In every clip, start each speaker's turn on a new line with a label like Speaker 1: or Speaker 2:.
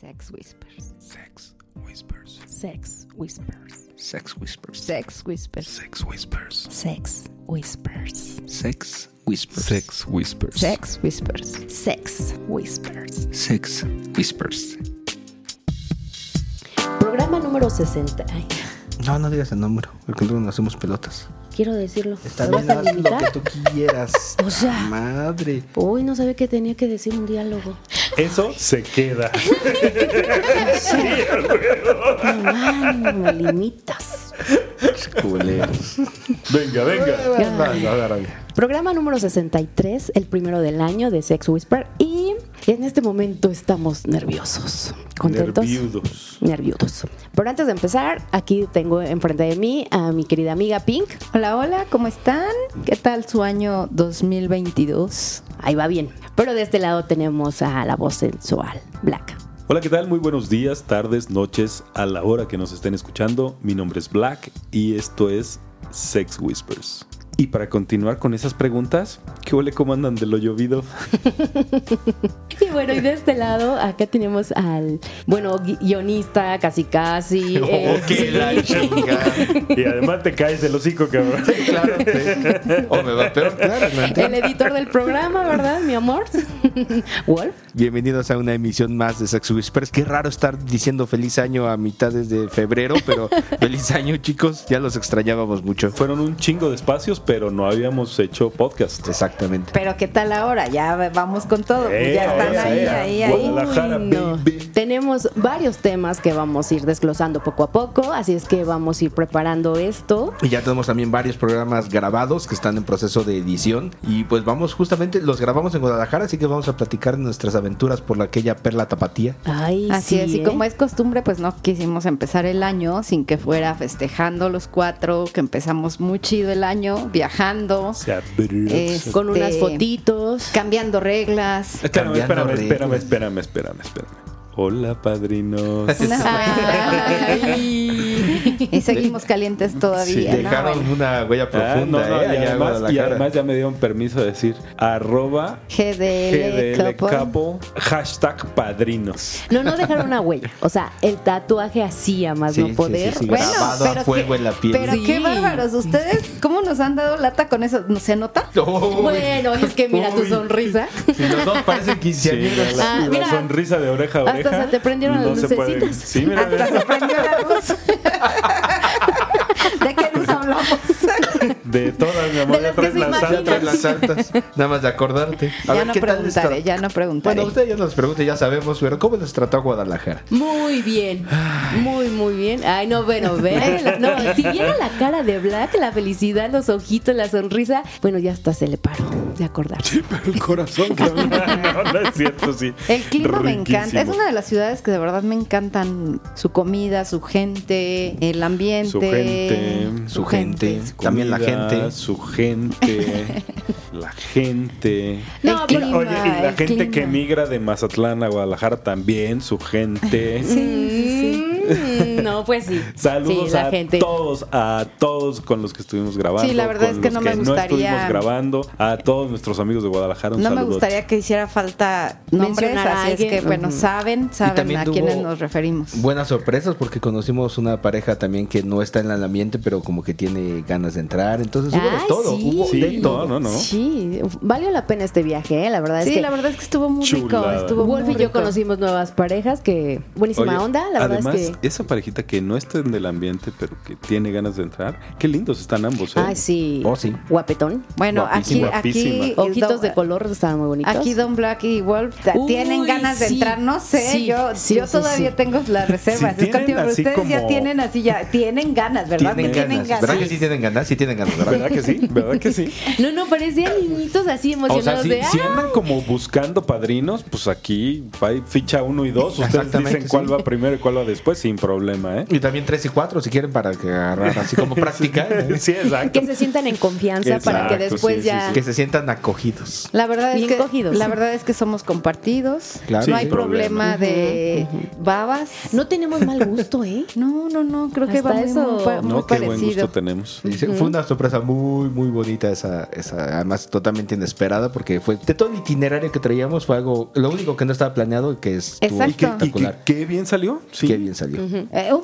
Speaker 1: Sex Whispers.
Speaker 2: Sex Whispers.
Speaker 3: Sex Whispers.
Speaker 2: Sex Whispers.
Speaker 1: Sex Whispers.
Speaker 2: Sex Whispers.
Speaker 3: Sex Whispers.
Speaker 2: Sex Whispers.
Speaker 4: Sex Whispers.
Speaker 1: Sex Whispers.
Speaker 3: Sex Whispers.
Speaker 2: Sex Whispers.
Speaker 3: Programa número 60. Ay,
Speaker 4: No, no digas el número, porque luego nos hacemos pelotas.
Speaker 3: quiero decirlo.
Speaker 4: Está
Speaker 3: ¿Me
Speaker 4: bien, haz lo
Speaker 3: limitar?
Speaker 4: que tú quieras.
Speaker 3: O sea.
Speaker 4: Madre.
Speaker 3: Uy, no sabía que tenía que decir un diálogo.
Speaker 5: Eso se queda.
Speaker 3: Ay, me limitas.
Speaker 4: Culeros.
Speaker 5: Venga, venga.
Speaker 4: Vale, agárrale.
Speaker 3: Programa número 63, el primero del año de Sex Whisper. Y en este momento estamos nerviosos. ¿Contentos?
Speaker 5: Nerviudos.
Speaker 3: Nerviudos. Pero antes de empezar, aquí tengo enfrente de mí a mi querida amiga Pink.
Speaker 1: Hola, hola, ¿cómo están? ¿Qué tal su año 2022?
Speaker 3: Ahí va bien. Pero de este lado tenemos a la voz sensual, Black.
Speaker 5: Hola, ¿qué tal? Muy buenos días, tardes, noches, a la hora que nos estén escuchando. Mi nombre es Black y esto es Sex Whispers. Y para continuar con esas preguntas, ¿qué huele cómo andan de lo llovido?
Speaker 3: Y bueno, y de este lado, acá tenemos al, bueno, gui- guionista, casi casi. eh,
Speaker 5: Oh,
Speaker 3: sí.
Speaker 5: Y además te caes del hocico, cabrón.
Speaker 4: Claro, te- o me va peor, claro. ¿no?
Speaker 3: El editor del programa, ¿verdad, mi amor? Wolf.
Speaker 4: Bienvenidos a una emisión más de Sex Whispers. Qué raro estar diciendo feliz año a mitades de febrero, pero feliz año, chicos. Ya los extrañábamos mucho.
Speaker 5: Fueron un chingo de espacios, pero no habíamos hecho podcast.
Speaker 4: Exactamente.
Speaker 1: Pero ¿qué tal ahora? Ya vamos con todo.
Speaker 5: Eh,
Speaker 1: ya están
Speaker 5: eh,
Speaker 1: ahí,
Speaker 5: eh.
Speaker 1: ahí, ahí.
Speaker 5: Guadalajara,
Speaker 3: Uy, no.
Speaker 5: baby.
Speaker 3: Tenemos varios temas que vamos a ir desglosando poco a poco, así es que vamos a ir preparando esto.
Speaker 4: Y ya tenemos también varios programas grabados que están en proceso de edición. Y pues vamos, justamente los grabamos en Guadalajara, así que vamos a platicar de nuestras aventuras por aquella perla tapatía.
Speaker 3: Ay,
Speaker 1: Así
Speaker 3: sí,
Speaker 1: es, y
Speaker 3: ¿eh?
Speaker 1: como es costumbre, pues no quisimos empezar el año sin que fuera festejando los cuatro, que empezamos muy chido el año, viajando,
Speaker 5: Sabroso.
Speaker 1: Es-
Speaker 3: con unas
Speaker 1: este-
Speaker 3: fotitos.
Speaker 1: cambiando reglas.
Speaker 5: Espérame, espérame,
Speaker 4: Cambiando
Speaker 5: espérame,
Speaker 4: reglas.
Speaker 5: espérame, espérame, espérame. Hola, padrinos.
Speaker 1: Ay. y seguimos calientes
Speaker 5: Sí,
Speaker 1: todavía. ¿no?
Speaker 4: Dejaron
Speaker 1: Bueno,
Speaker 4: una huella
Speaker 5: Ah,
Speaker 4: profunda,
Speaker 5: no, no,
Speaker 4: ¿eh?
Speaker 5: y,
Speaker 4: allá en
Speaker 5: además, y
Speaker 4: Guadalajara.
Speaker 5: además ya me dieron permiso de decir arroba
Speaker 1: GDL,
Speaker 5: GDL
Speaker 1: couple.
Speaker 5: Capo, hashtag padrinos.
Speaker 3: No, no dejaron una huella. O sea, el tatuaje hacía más
Speaker 4: Sí, sí,
Speaker 3: no poder.
Speaker 4: sí, sí,
Speaker 1: Bueno,
Speaker 4: grabado a
Speaker 1: pero
Speaker 4: fuego
Speaker 1: qué-
Speaker 4: en la piel.
Speaker 1: Pero
Speaker 3: Sí.
Speaker 1: qué bárbaros, ustedes, ¿cómo nos han dado lata con eso? ¿No se nota?
Speaker 4: Uy,
Speaker 3: Bueno, es que mira tu
Speaker 4: Uy.
Speaker 3: sonrisa.
Speaker 4: si los dos parecen quinceañeros.
Speaker 5: Sí, la,
Speaker 3: Ah,
Speaker 5: la
Speaker 3: mira.
Speaker 5: sonrisa de oreja a
Speaker 3: Hasta
Speaker 5: oreja.
Speaker 3: se te prendieron las
Speaker 5: se puede-
Speaker 3: lucecitas.
Speaker 5: Sí, mira, mira.
Speaker 1: Se prendió la luz. ¿De qué nos hablamos?
Speaker 5: de todas, mi amor,
Speaker 3: De
Speaker 5: ya
Speaker 3: las que
Speaker 5: traes
Speaker 3: se
Speaker 5: las
Speaker 3: imaginan.
Speaker 4: Ya traes
Speaker 5: altas.
Speaker 4: las altas, nada más de acordarte. A
Speaker 1: ya
Speaker 4: ver,
Speaker 1: no
Speaker 4: ¿qué tal les
Speaker 1: preguntaré,
Speaker 4: tra-
Speaker 1: ya no preguntaré.
Speaker 4: Bueno, ustedes ya nos preguntan, ya sabemos, pero ¿cómo les trató Guadalajara?
Speaker 3: Muy bien, muy, muy bien. Ay, no, bueno, ve. No, si viera la cara de Black, la felicidad, los ojitos, la sonrisa, bueno, ya hasta se le paró de acordar.
Speaker 5: Pero el corazón, cabrón. No, no es cierto, sí.
Speaker 1: El clima me encanta. Es
Speaker 5: Riquísimo.
Speaker 1: una de las ciudades que de verdad me encantan. Su comida, su gente, el ambiente.
Speaker 5: Su gente.
Speaker 4: Su gente.
Speaker 1: su-
Speaker 4: También la
Speaker 5: Comida,
Speaker 4: gente.
Speaker 5: Su gente. la gente.
Speaker 3: No,
Speaker 1: el
Speaker 3: pero-
Speaker 1: clima,
Speaker 5: Oye, y la
Speaker 1: el
Speaker 5: gente que
Speaker 1: clima.
Speaker 5: migra de Mazatlán a Guadalajara también, su gente.
Speaker 3: Mm, no, pues sí.
Speaker 5: Saludos
Speaker 3: sí, la
Speaker 5: a
Speaker 3: gente.
Speaker 5: todos, a todos con los que estuvimos grabando.
Speaker 1: Sí, la verdad
Speaker 5: con
Speaker 1: es que
Speaker 5: los
Speaker 1: no me gustaría-
Speaker 5: estuvimos grabando, a todos nuestros amigos de Guadalajara. Un
Speaker 1: No me
Speaker 5: saludo.
Speaker 1: gustaría que hiciera falta nombres,
Speaker 3: Mencionar a
Speaker 1: así es que,
Speaker 3: alguien.
Speaker 1: bueno,
Speaker 3: Ujú.
Speaker 1: saben, saben
Speaker 4: también
Speaker 1: a
Speaker 4: tuvo-
Speaker 1: quiénes nos referimos.
Speaker 4: Buenas sorpresas porque conocimos una pareja también que no está en el ambiente, pero como que tiene ganas de entrar. Entonces hubo de
Speaker 3: Ay,
Speaker 4: todo,
Speaker 3: sí.
Speaker 4: hubo de
Speaker 5: Sí,
Speaker 4: todo.
Speaker 5: no, no, no.
Speaker 3: Sí, valió la pena este viaje, ¿eh? la verdad es
Speaker 1: Sí,
Speaker 3: que
Speaker 1: la verdad es que estuvo muy
Speaker 5: Chulada.
Speaker 1: rico. Estuvo
Speaker 3: Wolf
Speaker 1: muy
Speaker 3: y yo
Speaker 1: rico.
Speaker 3: conocimos nuevas parejas que buenísima
Speaker 5: Oye,
Speaker 3: onda, la verdad
Speaker 5: además,
Speaker 3: es que
Speaker 5: esa parejita que no está en el ambiente, pero que tiene ganas de entrar, qué lindos están ambos. ¿eh?
Speaker 3: Ay, sí.
Speaker 4: Oh, sí.
Speaker 3: Guapetón.
Speaker 1: Bueno,
Speaker 5: Guapísima,
Speaker 1: aquí, aquí,
Speaker 5: guapísima.
Speaker 3: Ojitos
Speaker 1: Don-
Speaker 3: de color estaban muy bonitos.
Speaker 1: Aquí Don Black y Wolf ta-
Speaker 3: Uy,
Speaker 1: tienen ganas de
Speaker 3: sí,
Speaker 1: entrar, no sé,
Speaker 3: sí,
Speaker 1: yo,
Speaker 3: sí,
Speaker 1: yo
Speaker 3: sí,
Speaker 1: todavía
Speaker 3: sí.
Speaker 1: tengo las reservas.
Speaker 5: Sí,
Speaker 1: es contigo,
Speaker 5: tienen
Speaker 1: pero
Speaker 5: así
Speaker 1: ustedes ya
Speaker 5: como-
Speaker 1: tienen así, ya tienen ganas, ¿verdad?
Speaker 4: Tienen
Speaker 1: que
Speaker 4: ganas, ¿verdad que sí tienen ganas? Sí tienen ganas, ¿verdad?
Speaker 5: ¿Verdad que sí? ¿Verdad que sí?
Speaker 3: No, no, parecían niñitos así
Speaker 1: Pues
Speaker 5: O sea,
Speaker 3: emocionados
Speaker 5: si,
Speaker 3: de
Speaker 5: si
Speaker 3: ¡ah!
Speaker 5: andan como buscando padrinos, pues aquí hay ficha uno y dos. Ustedes
Speaker 4: Exactamente,
Speaker 5: dicen cuál
Speaker 4: sí.
Speaker 5: va primero y cuál va después. sin problema, ¿eh?
Speaker 4: Y también 3 y 4 si quieren para que agarrar así como práctica. ¿eh?
Speaker 5: Sí, exacto.
Speaker 3: Que se sientan en confianza para que
Speaker 5: Exacto,
Speaker 3: después
Speaker 5: sí, sí,
Speaker 3: ya...
Speaker 5: sí.
Speaker 4: Que se sientan acogidos.
Speaker 1: La verdad, es
Speaker 3: Bien
Speaker 1: que,
Speaker 3: cogidos.
Speaker 1: la verdad es que somos compartidos.
Speaker 4: Claro.
Speaker 5: Sin
Speaker 1: no hay problema,
Speaker 5: problema.
Speaker 1: de babas.
Speaker 3: No tenemos mal gusto, ¿eh?
Speaker 1: No, no, no, creo que va
Speaker 3: Hasta
Speaker 1: muy,
Speaker 3: eso.
Speaker 1: muy pa- muy
Speaker 5: No, qué buen
Speaker 1: parecido.
Speaker 5: gusto tenemos.
Speaker 4: Y se- Fue una sorpresa muy, muy bonita esa, esa, además totalmente inesperada, porque fue de todo el itinerario que traíamos, fue algo, lo único que no estaba planeado y que es
Speaker 1: Exacto.
Speaker 5: Y que,
Speaker 4: espectacular.
Speaker 5: qué bien salió. Sí.
Speaker 4: Qué bien salió.
Speaker 1: Eh, un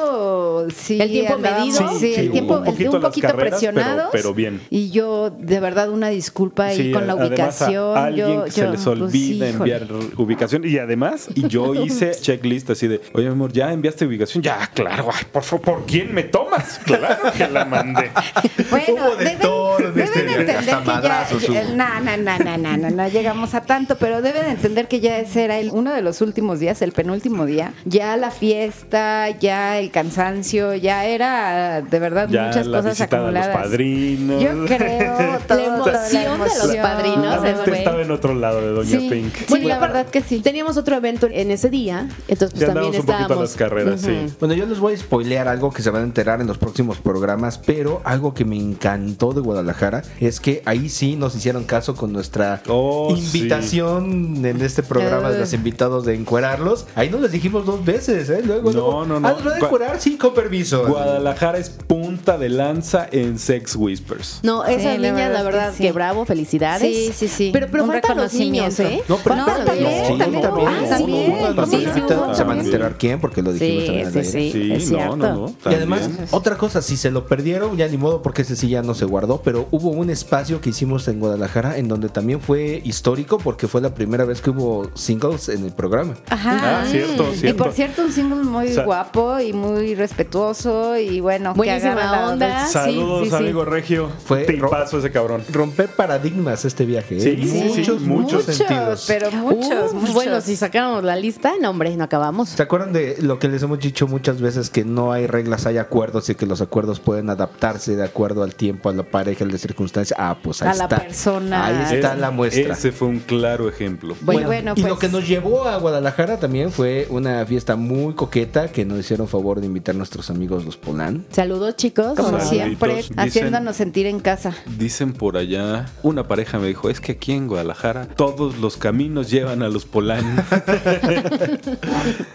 Speaker 1: poquito, sí.
Speaker 3: El tiempo
Speaker 1: andábamos-
Speaker 3: medido.
Speaker 1: Sí,
Speaker 5: Sí,
Speaker 1: el
Speaker 5: sí,
Speaker 1: tiempo,
Speaker 5: un
Speaker 1: el- un
Speaker 5: poquito
Speaker 1: poquito,
Speaker 5: las carreras, pero-
Speaker 1: presionados.
Speaker 5: pero bien.
Speaker 1: Y yo, de verdad, una disculpa ahí
Speaker 5: Sí,
Speaker 1: con la
Speaker 5: además,
Speaker 1: ubicación.
Speaker 5: a alguien
Speaker 1: yo,
Speaker 5: que
Speaker 1: yo-
Speaker 5: se les
Speaker 1: pues,
Speaker 5: olvida
Speaker 1: híjole.
Speaker 5: enviar ubicación. Y además, y yo hice checklist así de, oye, mi amor, ¿ya enviaste ubicación? Ya, claro. Ay, por favor, ¿por quién me tomas? Claro que la mandé.
Speaker 1: Bueno,
Speaker 4: Hubo de
Speaker 1: deben,
Speaker 4: todo en
Speaker 1: deben
Speaker 4: este-
Speaker 1: entender
Speaker 4: hasta
Speaker 1: que ya.
Speaker 4: madrazos
Speaker 1: ya-
Speaker 4: hubo.
Speaker 1: No, no, no, no, no, no, no llegamos a tanto, pero deben entender que ya ese era el- uno de los últimos días, el penúltimo día. Ya la fiesta, ya el cansancio, ya era de verdad
Speaker 5: Ya
Speaker 1: muchas
Speaker 5: la
Speaker 1: cosas
Speaker 5: visita de los
Speaker 1: acumuladas.
Speaker 5: padrinos.
Speaker 1: Yo creo todo,
Speaker 3: La
Speaker 1: toda
Speaker 3: emoción de los padrinos,
Speaker 5: La
Speaker 3: No, se
Speaker 5: mente
Speaker 3: fue.
Speaker 5: estaba en otro lado de Doña
Speaker 1: Sí,
Speaker 5: Pink.
Speaker 1: sí,
Speaker 3: Bueno,
Speaker 1: la
Speaker 3: aparte-
Speaker 1: verdad que sí.
Speaker 3: Teníamos otro evento en ese día, entonces pues
Speaker 5: Ya
Speaker 3: también
Speaker 5: andamos un poquito a
Speaker 3: estábamos...
Speaker 5: las carreras, sí.
Speaker 4: Bueno, yo les voy a spoilear algo que se van a enterar en los próximos programas, pero algo que me encantó de Guadalajara es que ahí sí nos hicieron caso con nuestra
Speaker 5: Oh, sí.
Speaker 4: invitación en este programa de los invitados de encuerarlos. Ahí no les dijimos dos veces, ¿eh? Luego,
Speaker 5: No,
Speaker 4: luego,
Speaker 5: no, no.
Speaker 4: Ah, nos van a encuerar, sí, con permiso.
Speaker 5: Guadalajara es punta de lanza en Sex Whispers.
Speaker 3: No,
Speaker 1: Sí,
Speaker 3: esas
Speaker 1: la
Speaker 3: niñas,
Speaker 1: verdad
Speaker 3: la verdad,
Speaker 1: que
Speaker 3: que,
Speaker 1: sí.
Speaker 3: bravo, felicidades.
Speaker 1: Sí, sí, sí.
Speaker 3: Pero, pero
Speaker 1: Un
Speaker 3: faltan los niños, ¿eh?
Speaker 1: reconocimiento.
Speaker 4: No, pero
Speaker 1: No,
Speaker 4: faltan
Speaker 1: también,
Speaker 4: los- sí,
Speaker 1: también,
Speaker 4: también,
Speaker 1: ah, también,
Speaker 4: hubo
Speaker 1: ¿cómo
Speaker 4: nuestros
Speaker 1: no?
Speaker 4: invitados. se van a
Speaker 5: Sí.
Speaker 4: enterar quién, porque lo dijimos
Speaker 1: Sí,
Speaker 4: también al
Speaker 1: sí,
Speaker 4: aire.
Speaker 1: sí, es
Speaker 5: no,
Speaker 1: cierto.
Speaker 5: no, no.
Speaker 4: Y
Speaker 5: también.
Speaker 4: además, otra cosa, si se lo perdieron, ya ni modo porque ese sí ya no se guardó, pero hubo un espacio que hicimos en Guadalajara en donde también fue histórico porque fue la primera vez que hubo singles en el programa.
Speaker 1: Ajá.
Speaker 5: Ah, cierto,
Speaker 1: Y
Speaker 5: cierto.
Speaker 1: por cierto, un single muy
Speaker 5: O sea-
Speaker 1: guapo y muy respetuoso y bueno, que
Speaker 3: Buenísima
Speaker 1: agarra la-
Speaker 3: onda. Sí,
Speaker 5: Saludos,
Speaker 1: sí, sí.
Speaker 5: amigo Regio.
Speaker 4: Fue-
Speaker 5: Te paso ese cabrón.
Speaker 4: Romper paradigmas este viaje. ¿eh?
Speaker 5: Sí, sí,
Speaker 4: muchos,
Speaker 5: sí,
Speaker 4: muchos,
Speaker 5: muchos,
Speaker 4: sentidos.
Speaker 1: pero muchos,
Speaker 3: Uh,
Speaker 1: muchos.
Speaker 3: Bueno, si sacáramos la lista, no, hombre, no acabamos.
Speaker 4: ¿Se acuerdan de lo que les hemos dicho muchas veces que no hay reglas, hay acuerdos y que los acuerdos pueden adaptarse de acuerdo al tiempo, a la pareja, a las circunstancias? Ah, pues ahí
Speaker 1: A la
Speaker 4: está.
Speaker 1: persona.
Speaker 4: Ahí está la muestra.
Speaker 5: Eh, Ese fue un claro ejemplo.
Speaker 1: Bueno, bueno,
Speaker 4: y
Speaker 1: pues,
Speaker 4: lo que nos llevó a Guadalajara también fue una fiesta muy coqueta que nos hicieron favor de invitar nuestros amigos los Polán.
Speaker 3: Saludos, chicos.
Speaker 1: pues, como
Speaker 5: Saluditos,
Speaker 1: siempre,
Speaker 5: dicen-
Speaker 1: haciéndonos sentir en casa.
Speaker 5: Dicen por allá, una pareja me dijo, es que aquí en Guadalajara todos los caminos llevan a los polanos.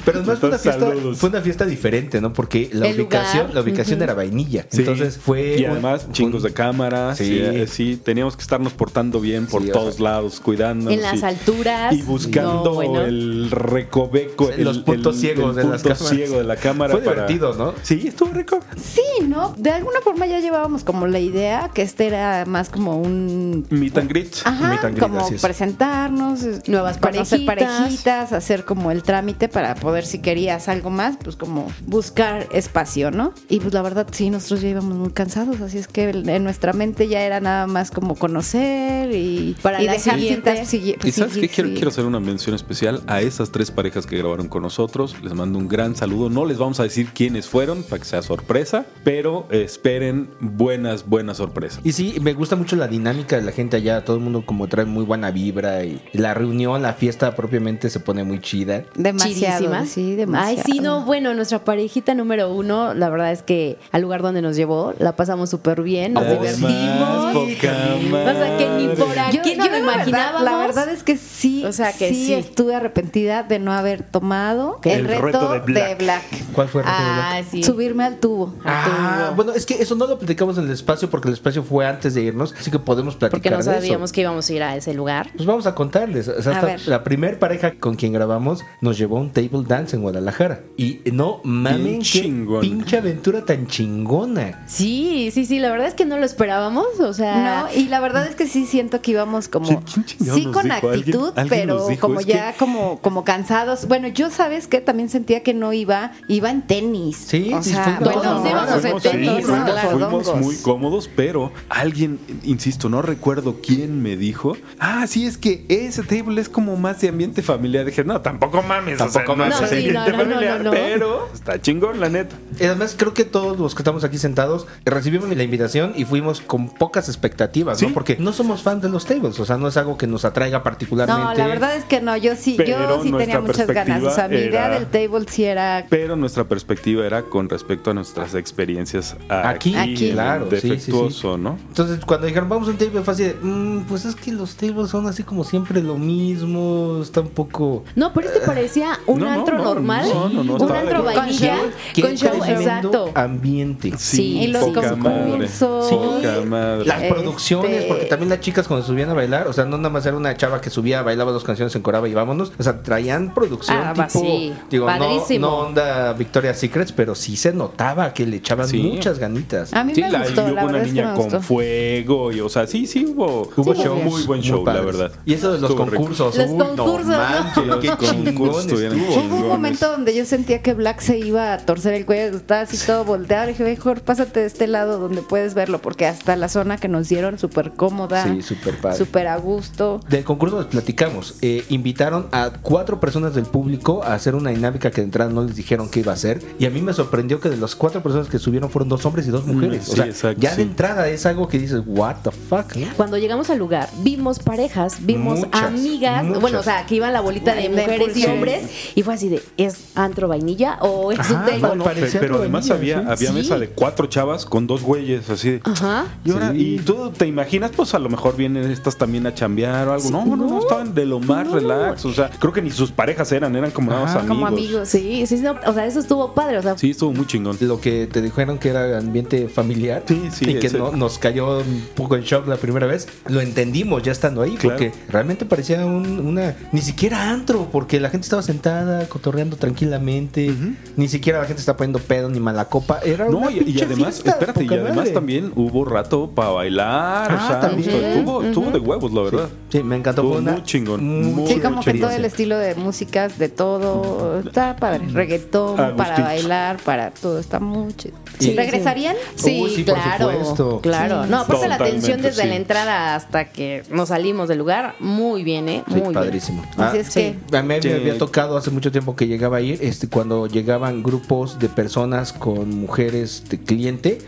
Speaker 4: Pero además fue una,
Speaker 5: Entonces,
Speaker 4: fiesta,
Speaker 5: saludos.
Speaker 4: fue una fiesta diferente, ¿no? Porque la
Speaker 3: El
Speaker 4: ubicación,
Speaker 3: lugar,
Speaker 4: la ubicación era vainilla. Entonces fue.
Speaker 5: Y además,
Speaker 4: un-
Speaker 5: chingos de cámaras.
Speaker 4: Sí.
Speaker 5: Sí. sí, teníamos que estarnos portando bien por
Speaker 4: Sí, o
Speaker 5: todos lados, cuidándonos.
Speaker 3: En las
Speaker 5: y-
Speaker 3: alturas.
Speaker 5: Y buscando
Speaker 3: No, bueno.
Speaker 5: el recoveco, el,
Speaker 4: Los puntos
Speaker 5: el-
Speaker 4: ciegos
Speaker 5: el
Speaker 4: de las
Speaker 5: punto
Speaker 4: cámaras.
Speaker 5: ciego de la cámara.
Speaker 4: Fue divertido, ¿no?
Speaker 5: Sí, estuvo rico.
Speaker 1: Sí, ¿no? De alguna forma ya llevábamos como la idea que este era más como un...
Speaker 5: Meet and greet.
Speaker 1: Ajá,
Speaker 4: Meet and greet,
Speaker 1: como
Speaker 4: así es.
Speaker 1: presentarnos, es-
Speaker 3: Nuevas
Speaker 1: conocer
Speaker 3: parejitas.
Speaker 1: parejitas, hacer como el trámite para poder, si querías algo más, pues como buscar espacio, ¿no? Y pues la verdad, sí, nosotros ya íbamos muy cansados, así es que en nuestra mente ya era nada más como conocer y,
Speaker 3: Para
Speaker 1: y
Speaker 3: la
Speaker 1: dejar
Speaker 3: siguiente.
Speaker 1: citas sigui-
Speaker 5: ¿Y sabes
Speaker 1: sigui-
Speaker 5: qué? Quiero,
Speaker 1: sí.
Speaker 5: quiero hacer una mención especial a esas tres parejas que grabaron con nosotros. Les mando un gran saludo. No les vamos a decir quiénes fueron para que sea sorpresa, pero esperen buenas, buenas sorpresas.
Speaker 4: Y sí, me gusta mucho la dinámica de la gente allá. Todo el mundo como trae muy buena vibra y la reunión, la fiesta propiamente se pone muy chida.
Speaker 1: Demasiado,
Speaker 3: Chidísima.
Speaker 1: sí, demasiado.
Speaker 3: Ay, sí, no, bueno, nuestra parejita número uno, la verdad es que al lugar donde nos llevó, la pasamos súper bien, nos
Speaker 4: Oh,
Speaker 5: Además,
Speaker 3: divertimos.
Speaker 5: poca
Speaker 3: O sea, que ni por
Speaker 5: madre.
Speaker 3: aquí no
Speaker 1: la
Speaker 3: lo
Speaker 1: verdad-
Speaker 3: imaginábamos.
Speaker 1: La verdad es que sí,
Speaker 3: O sea, que
Speaker 1: sí,
Speaker 3: sí.
Speaker 1: estuve arrepentida de no haber tomado
Speaker 3: ¿Qué?
Speaker 1: el,
Speaker 5: El
Speaker 1: reto,
Speaker 5: reto
Speaker 1: de
Speaker 5: de
Speaker 1: Black.
Speaker 5: Black.
Speaker 4: ¿Cuál fue el reto de Black?
Speaker 3: Ah, sí.
Speaker 1: Subirme al tubo.
Speaker 4: Ah,
Speaker 3: tubo.
Speaker 4: bueno, es que eso no lo platicamos en el espacio porque el espacio fue antes de irnos, así que podemos platicar
Speaker 3: Porque no
Speaker 4: de eso.
Speaker 3: sabíamos que íbamos a ir a ese lugar.
Speaker 4: Pues vamos a contarles. O sea,
Speaker 1: A
Speaker 4: hasta
Speaker 1: ver.
Speaker 4: la primer pareja con quien grabamos nos llevó a un table dance en Guadalajara. Y no mamen,
Speaker 5: Bien
Speaker 4: qué
Speaker 5: chingón.
Speaker 4: pinche aventura tan chingona.
Speaker 3: Sí, sí, sí, la verdad es que no lo esperábamos, o sea...
Speaker 1: No, y la verdad es que sí siento que íbamos como
Speaker 5: Sí, ¿quién chingados
Speaker 1: sí
Speaker 5: nos
Speaker 1: con
Speaker 5: dijo? ¿Alguien-
Speaker 1: actitud,
Speaker 5: alguien
Speaker 1: pero
Speaker 5: nos dijo?
Speaker 1: como
Speaker 5: Es
Speaker 1: ya
Speaker 5: que-
Speaker 1: como como cansados. Bueno, yo sabes que también sentía que no iba, iba en tenis.
Speaker 4: Sí,
Speaker 1: o
Speaker 4: sí,
Speaker 1: sea,
Speaker 4: fue-
Speaker 1: bueno,
Speaker 3: Todos
Speaker 1: no,
Speaker 3: íbamos en
Speaker 1: fuimos-
Speaker 5: sí,
Speaker 3: tenis,
Speaker 1: fuimos
Speaker 5: fuimos-
Speaker 3: claro.
Speaker 5: fuimos
Speaker 1: fodongos.
Speaker 5: muy cómodos, pero alguien, insisto, no recuerdo quién me dijo, ah, sí, es que ese table es como más de ambiente familiar. Dije, no, tampoco mames,
Speaker 4: Tampoco
Speaker 5: o sea, no es
Speaker 4: mames.
Speaker 5: de
Speaker 4: No, sí,
Speaker 5: ambiente
Speaker 3: no, no, no,
Speaker 5: familiar,
Speaker 3: no, no.
Speaker 5: pero está chingón, la neta.
Speaker 4: Y además, creo que todos los que estamos aquí sentados recibimos la invitación y fuimos con pocas expectativas,
Speaker 5: Sí.
Speaker 4: ¿no? Porque no somos fans de los tables, o sea, no es algo que nos atraiga particularmente.
Speaker 1: No, la verdad es que no, yo sí,
Speaker 5: Pero
Speaker 1: yo sí tenía
Speaker 5: nuestra
Speaker 1: muchas ganas. O sea, mi idea
Speaker 5: perspectiva
Speaker 1: del table sí era
Speaker 5: Pero nuestra perspectiva era con respecto a nuestras experiencias aquí,
Speaker 4: Aquí,
Speaker 1: Aquí.
Speaker 4: claro, sí, sí, sí.
Speaker 5: defectuoso, ¿no?
Speaker 4: Entonces, cuando dijeron, vamos a un table, fue así de, "Mm, pues es que los tables son así como siempre lo mismo, está un poco...
Speaker 3: No, pero este parecía un
Speaker 5: No, no,
Speaker 3: antro
Speaker 5: no,
Speaker 3: normal.
Speaker 5: no, no, no,
Speaker 3: un
Speaker 5: estaba
Speaker 3: antro
Speaker 5: de-
Speaker 1: Con
Speaker 3: vainilla.
Speaker 1: show.
Speaker 4: Qué
Speaker 3: Con show,
Speaker 4: tremendo
Speaker 3: exacto.
Speaker 4: ambiente.
Speaker 1: Sí, y los
Speaker 5: poca madre,
Speaker 1: concursos.
Speaker 5: poca madre.
Speaker 4: Las
Speaker 1: Este-
Speaker 4: producciones, porque también las chicas cuando subían a bailar, o sea, no nada más era una chava que subía, bailaba dos canciones, encoraba y vámonos, o sea, traían producción
Speaker 1: Ah, va,
Speaker 4: tipo,
Speaker 1: sí.
Speaker 4: digo, no,
Speaker 1: Padrísimo.
Speaker 4: no onda Victoria's Secrets, pero sí se notaba que le echaban
Speaker 5: Sí.
Speaker 4: muchas ganitas.
Speaker 1: A mí
Speaker 5: Sí,
Speaker 1: me
Speaker 5: la, y
Speaker 1: gustó,
Speaker 5: hubo
Speaker 1: la
Speaker 5: una
Speaker 1: verdad es que
Speaker 5: niña
Speaker 1: me
Speaker 5: con
Speaker 1: gustó.
Speaker 5: fuego y, o sea, sí, sí hubo, hubo
Speaker 1: hubo shows
Speaker 5: muy buen
Speaker 4: muy
Speaker 5: show, la
Speaker 4: padres.
Speaker 5: verdad.
Speaker 4: Y eso de los
Speaker 5: Estuvo rico.
Speaker 4: concursos,
Speaker 1: Los
Speaker 4: uy, no
Speaker 1: concursos, ¿no?
Speaker 4: manches,
Speaker 5: Los
Speaker 4: qué
Speaker 5: concursos
Speaker 4: chingón
Speaker 5: estuvieron
Speaker 4: estuvo.
Speaker 5: chingones.
Speaker 1: Hubo un momento donde yo sentía que Black se iba a torcer el cuello, estaba así todo volteado. Le dije, mejor pásate de este lado donde puedes verlo, porque hasta la zona que nos dieron súper cómoda,
Speaker 4: Sí, súper padre.
Speaker 1: súper a gusto.
Speaker 4: Del concurso les platicamos. eh, invitaron a cuatro personas del público a hacer una dinámica que de entrada no les dijeron qué iba a hacer. Y a mí me sorprendió que de las cuatro personas que subieron fueron dos hombres y dos mujeres.
Speaker 5: Mm, Sí,
Speaker 4: o sea,
Speaker 5: exacto,
Speaker 4: ya
Speaker 5: sí.
Speaker 4: de entrada es algo que dices, what the fuck. ¿no?
Speaker 3: Cuando llegamos al lugar, vimos parejas, vimos
Speaker 4: Muchas,
Speaker 3: amigas,
Speaker 4: muchas.
Speaker 3: bueno, o sea, que iba la bolita de
Speaker 1: De
Speaker 3: mujeres y
Speaker 1: mujeres.
Speaker 3: hombres, y fue así de, ¿es antro vainilla o es un
Speaker 4: Ajá,
Speaker 3: table?
Speaker 4: no, no.
Speaker 5: Ah, Pe-
Speaker 4: Parecía
Speaker 5: Pero
Speaker 4: otro
Speaker 5: además
Speaker 4: anillo,
Speaker 5: había,
Speaker 4: sí.
Speaker 5: había
Speaker 3: Sí.
Speaker 5: mesa de cuatro chavas con dos güeyes así de...
Speaker 3: Ajá.
Speaker 5: Y, ahora,
Speaker 4: Sí.
Speaker 5: y tú te imaginas, pues a lo mejor vienen estas también a chambear o algo. No, no, no, estaban de lo más relax. O sea, creo que ni sus parejas eran, eran como nada más amigos.
Speaker 1: Como amigos.
Speaker 3: Sí, sí, no, o sea, eso estuvo padre, o sea,
Speaker 5: Sí, estuvo muy chingón.
Speaker 4: Lo que te dijeron que era ambiente familiar
Speaker 5: Sí, sí,
Speaker 4: y que
Speaker 5: ese-
Speaker 4: no- nos cayó un poco en shock la primera vez, lo entendimos ya estando ahí,
Speaker 5: Claro.
Speaker 4: porque realmente parecía un- una, ni siquiera antro, porque la gente estaba sentada, cotorreando tranquilamente, ni siquiera la gente estaba poniendo pedo ni mala copa, era
Speaker 5: No,
Speaker 4: una
Speaker 5: y, y
Speaker 4: pinche
Speaker 5: además,
Speaker 4: fiesta,
Speaker 5: espérate, y
Speaker 4: poca
Speaker 5: además
Speaker 4: madre.
Speaker 5: también hubo rato para bailar.
Speaker 4: Ah,
Speaker 5: o sea,
Speaker 4: también.
Speaker 5: estuvo, estuvo de huevos, la
Speaker 4: Sí,
Speaker 5: verdad.
Speaker 4: sí, me encantó.
Speaker 5: Estuvo
Speaker 4: fue una
Speaker 5: muy chingón,
Speaker 4: muy
Speaker 5: muy
Speaker 1: Sí, como que
Speaker 5: experiencia.
Speaker 1: todo el estilo de músicas, de todo, está
Speaker 5: Mm.
Speaker 1: padre. Reggaetón,
Speaker 5: Agustín.
Speaker 1: para bailar, para todo, está muy chido.
Speaker 4: Sí,
Speaker 1: ¿Regresarían?
Speaker 3: Sí,
Speaker 4: Uy, sí, por
Speaker 3: claro.
Speaker 4: supuesto.
Speaker 3: Claro.
Speaker 1: Sí.
Speaker 3: No, aparte la
Speaker 5: Totalmente,
Speaker 3: atención desde
Speaker 5: sí.
Speaker 3: la entrada hasta que nos salimos del lugar, muy bien, ¿eh?
Speaker 4: Sí,
Speaker 3: Muy
Speaker 4: padrísimo. Ah,
Speaker 1: Así es que,
Speaker 4: A mí
Speaker 5: Sí.
Speaker 4: me había tocado hace mucho tiempo que llegaba a ir, este, cuando llegaban grupos de personas con mujeres de cliente,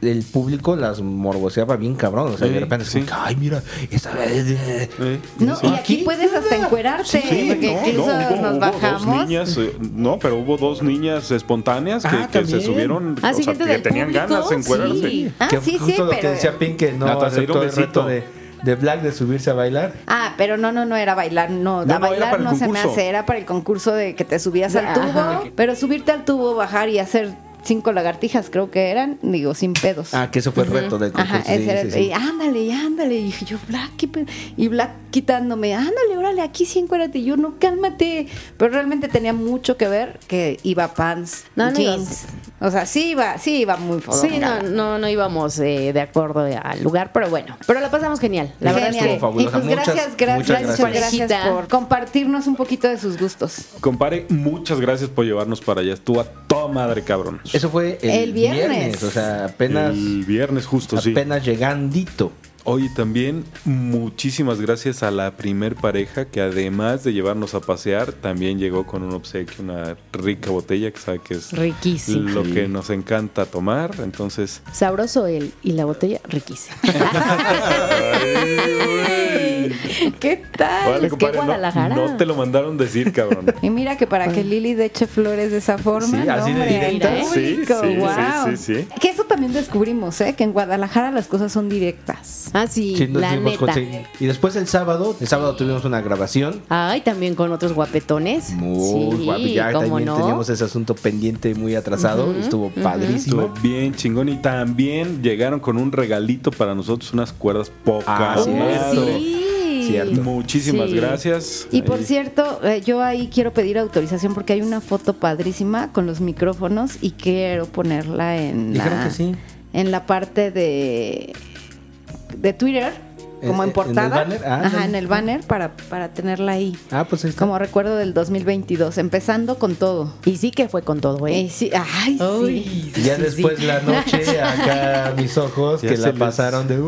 Speaker 4: el público las morboseaba bien cabrón. O sea,
Speaker 5: Sí,
Speaker 4: de repente,
Speaker 5: sí.
Speaker 4: así, ay, mira, esta
Speaker 5: Eh,
Speaker 1: no,
Speaker 5: sí.
Speaker 1: y aquí puedes hasta encuerarte,
Speaker 5: Sí,
Speaker 1: porque
Speaker 5: no,
Speaker 1: incluso
Speaker 5: no, hubo-
Speaker 1: nos
Speaker 5: hubo dos
Speaker 1: bajamos.
Speaker 5: niñas, eh, no, pero hubo dos niñas espontáneas que,
Speaker 4: Ah,
Speaker 5: que se
Speaker 4: también.
Speaker 5: subieron,
Speaker 3: Ah,
Speaker 5: o
Speaker 3: sí,
Speaker 5: sea,
Speaker 3: gente
Speaker 5: que
Speaker 3: del
Speaker 5: tenían
Speaker 3: público,
Speaker 5: ganas de encuerarse.
Speaker 3: sí.
Speaker 1: Ah,
Speaker 4: Que
Speaker 1: sí,
Speaker 4: justo
Speaker 1: sí,
Speaker 4: lo que
Speaker 1: pero-
Speaker 4: decía Pink que no
Speaker 5: Nata, se dieron
Speaker 4: aceptó el
Speaker 5: besito.
Speaker 4: reto de, de Black de subirse a bailar.
Speaker 1: Ah, pero no, no, no era bailar, no,
Speaker 5: no,
Speaker 1: a
Speaker 5: era
Speaker 1: bailar
Speaker 5: para el
Speaker 1: no se me
Speaker 5: concurso.
Speaker 1: hace, era para el concurso de que te subías al tubo,
Speaker 3: Ajá.
Speaker 1: pero subirte al tubo, bajar y hacer cinco lagartijas, creo que eran, digo, sin pedos.
Speaker 4: Ah, que eso fue el reto del concurso.
Speaker 1: Ajá,
Speaker 4: sí,
Speaker 1: ese era
Speaker 4: sí,
Speaker 1: el-
Speaker 4: sí.
Speaker 1: y ándale, y ándale. Y dije yo, Black, ¿qué pe-?" y Black quitándome, ándale, órale, aquí sí encuérdate. Y yo, no, cálmate. Pero realmente tenía mucho que ver que iba pants,
Speaker 3: No, no
Speaker 1: jeans. O sea, sí iba, sí iba muy
Speaker 3: Sí,
Speaker 1: fodongada.
Speaker 3: no, no, no íbamos eh, de acuerdo al lugar, pero bueno. Pero la pasamos genial. La verdad
Speaker 1: Genial.
Speaker 3: es
Speaker 4: estuvo
Speaker 3: que.
Speaker 1: y
Speaker 4: fabulosa.
Speaker 1: pues
Speaker 4: Muchas-
Speaker 1: gracias, gracias,
Speaker 4: muchas
Speaker 1: muchas
Speaker 3: gracias.
Speaker 1: gracias por compartirnos un poquito de sus gustos.
Speaker 5: Compare, muchas gracias por llevarnos para allá. Estuvo a toda madre, cabrón.
Speaker 4: Eso fue el,
Speaker 1: ah, El viernes.
Speaker 4: viernes. o sea, apenas,
Speaker 5: El viernes justo, sí.
Speaker 4: apenas llegandito.
Speaker 5: Oye, también muchísimas gracias a la primer pareja que además de llevarnos a pasear, también llegó con un obsequio, una rica botella que sabe que es
Speaker 3: Riquísimo.
Speaker 5: lo que nos encanta tomar. Entonces,
Speaker 3: Sabroso él y la botella riquísima.
Speaker 1: ¿Qué tal?
Speaker 5: órale,
Speaker 3: es que
Speaker 5: compadre, no-
Speaker 3: Guadalajara.
Speaker 5: no, te lo mandaron decir, cabrón.
Speaker 1: Y mira que para que Lili deche flores de esa forma,
Speaker 4: Sí,
Speaker 1: no,
Speaker 4: así de
Speaker 1: hombre,
Speaker 4: directa.
Speaker 1: al
Speaker 5: Sí,
Speaker 1: público,
Speaker 5: sí, sí,
Speaker 1: guau.
Speaker 5: sí, sí.
Speaker 1: Que eso también descubrimos, ¿eh? que en Guadalajara las cosas son directas.
Speaker 3: Ah, sí,
Speaker 4: Sí, nos
Speaker 3: la
Speaker 4: dimos
Speaker 3: neta.
Speaker 4: cuenta. Y después el sábado, el sábado tuvimos una grabación
Speaker 3: Ay, también con otros guapetones.
Speaker 4: Muy
Speaker 3: sí,
Speaker 4: guapo. Ya
Speaker 3: cómo
Speaker 4: también
Speaker 3: no.
Speaker 4: teníamos ese asunto pendiente muy atrasado. Estuvo padrísimo.
Speaker 5: Estuvo bien chingón y también llegaron con un regalito para nosotros, unas cuerdas pocas.
Speaker 4: Ah, sí.
Speaker 5: madre.
Speaker 3: Sí.
Speaker 4: Cierto.
Speaker 5: Muchísimas
Speaker 3: Sí.
Speaker 5: gracias.
Speaker 1: Y por
Speaker 5: Ahí.
Speaker 1: cierto, eh, yo ahí quiero pedir autorización porque hay una foto padrísima con los micrófonos y quiero ponerla en
Speaker 4: Dijeron
Speaker 1: la,
Speaker 4: que sí.
Speaker 1: en la parte de, de Twitter,
Speaker 4: ¿En-
Speaker 1: como
Speaker 4: Eh,
Speaker 1: en
Speaker 4: en el
Speaker 1: portada.
Speaker 4: banner? Ah,
Speaker 1: Ajá,
Speaker 4: dale.
Speaker 1: en el banner para, para tenerla ahí.
Speaker 4: Ah, pues ahí está.
Speaker 1: Como recuerdo del 2022, empezando con todo.
Speaker 3: Y sí que fue con todo, ¿eh?
Speaker 1: Y sí, ay,
Speaker 3: Ay,
Speaker 1: sí.
Speaker 3: sí,
Speaker 4: ya
Speaker 3: sí,
Speaker 4: después
Speaker 3: sí.
Speaker 4: la noche, acá mis ojos,
Speaker 5: Ya
Speaker 4: que
Speaker 5: se
Speaker 4: la
Speaker 5: les-
Speaker 4: pasaron de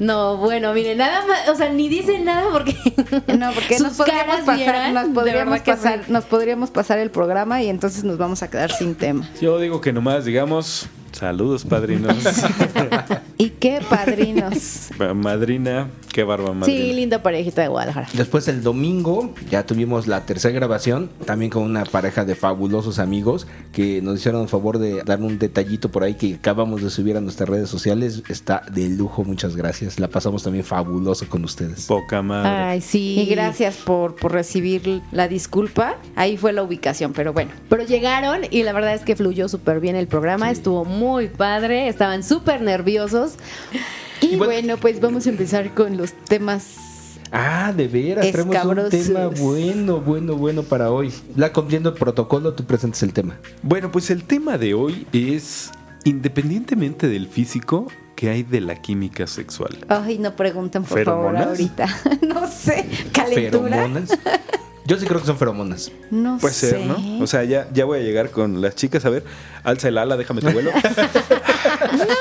Speaker 3: No, bueno, miren, nada más, o sea, ni dicen nada porque.
Speaker 1: No, porque nos
Speaker 3: sus
Speaker 1: podríamos,
Speaker 3: caras
Speaker 1: pasar,
Speaker 3: vieran,
Speaker 1: nos,
Speaker 3: de
Speaker 1: podríamos
Speaker 3: verdad que sí.
Speaker 1: pasar, nos podríamos pasar el programa y entonces nos vamos a quedar sin tema.
Speaker 5: Yo digo que nomás digamos, Saludos, padrinos.
Speaker 1: Y qué padrinos.
Speaker 5: madrina, qué barba madrina.
Speaker 3: Sí, linda parejita de Guadalajara.
Speaker 4: Después el domingo ya tuvimos la tercera grabación, también con una pareja de fabulosos amigos que nos hicieron el favor de darme un detallito por ahí que acabamos de subir a nuestras redes sociales. Está de lujo, muchas gracias. La pasamos también fabuloso con ustedes.
Speaker 5: Poca madre.
Speaker 3: Ay, sí.
Speaker 1: Y gracias por, por recibir la disculpa. Ahí fue la ubicación, pero bueno.
Speaker 3: Pero llegaron y la verdad es que fluyó súper bien el programa, estuvo muy padre, estaban súper nerviosos.
Speaker 1: Y bueno, pues vamos a empezar con los temas.
Speaker 4: Ah, de veras, traemos un
Speaker 1: Escabrosos.
Speaker 4: tema bueno, bueno, bueno para hoy. La cumpliendo el protocolo, tú presentes el tema.
Speaker 5: Bueno, pues el tema de hoy es, independientemente del físico, que hay de la química sexual?
Speaker 1: Ay, no pregunten por
Speaker 5: ¿Feromonas?
Speaker 1: favor ahorita. No sé. Calentura.
Speaker 4: Feromonas. Yo sí creo que son feromonas.
Speaker 1: No
Speaker 5: Puede
Speaker 1: sé.
Speaker 5: ser, ¿no? O sea, ya, ya voy a llegar con las chicas. A ver, alza el ala, déjame tu vuelo.
Speaker 1: No,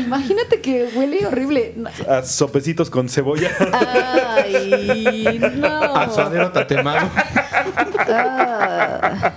Speaker 1: imagínate que huele horrible.
Speaker 5: A sopecitos con cebolla.
Speaker 3: Ay, no.
Speaker 4: Asadero Ah, tatemado.
Speaker 3: ah.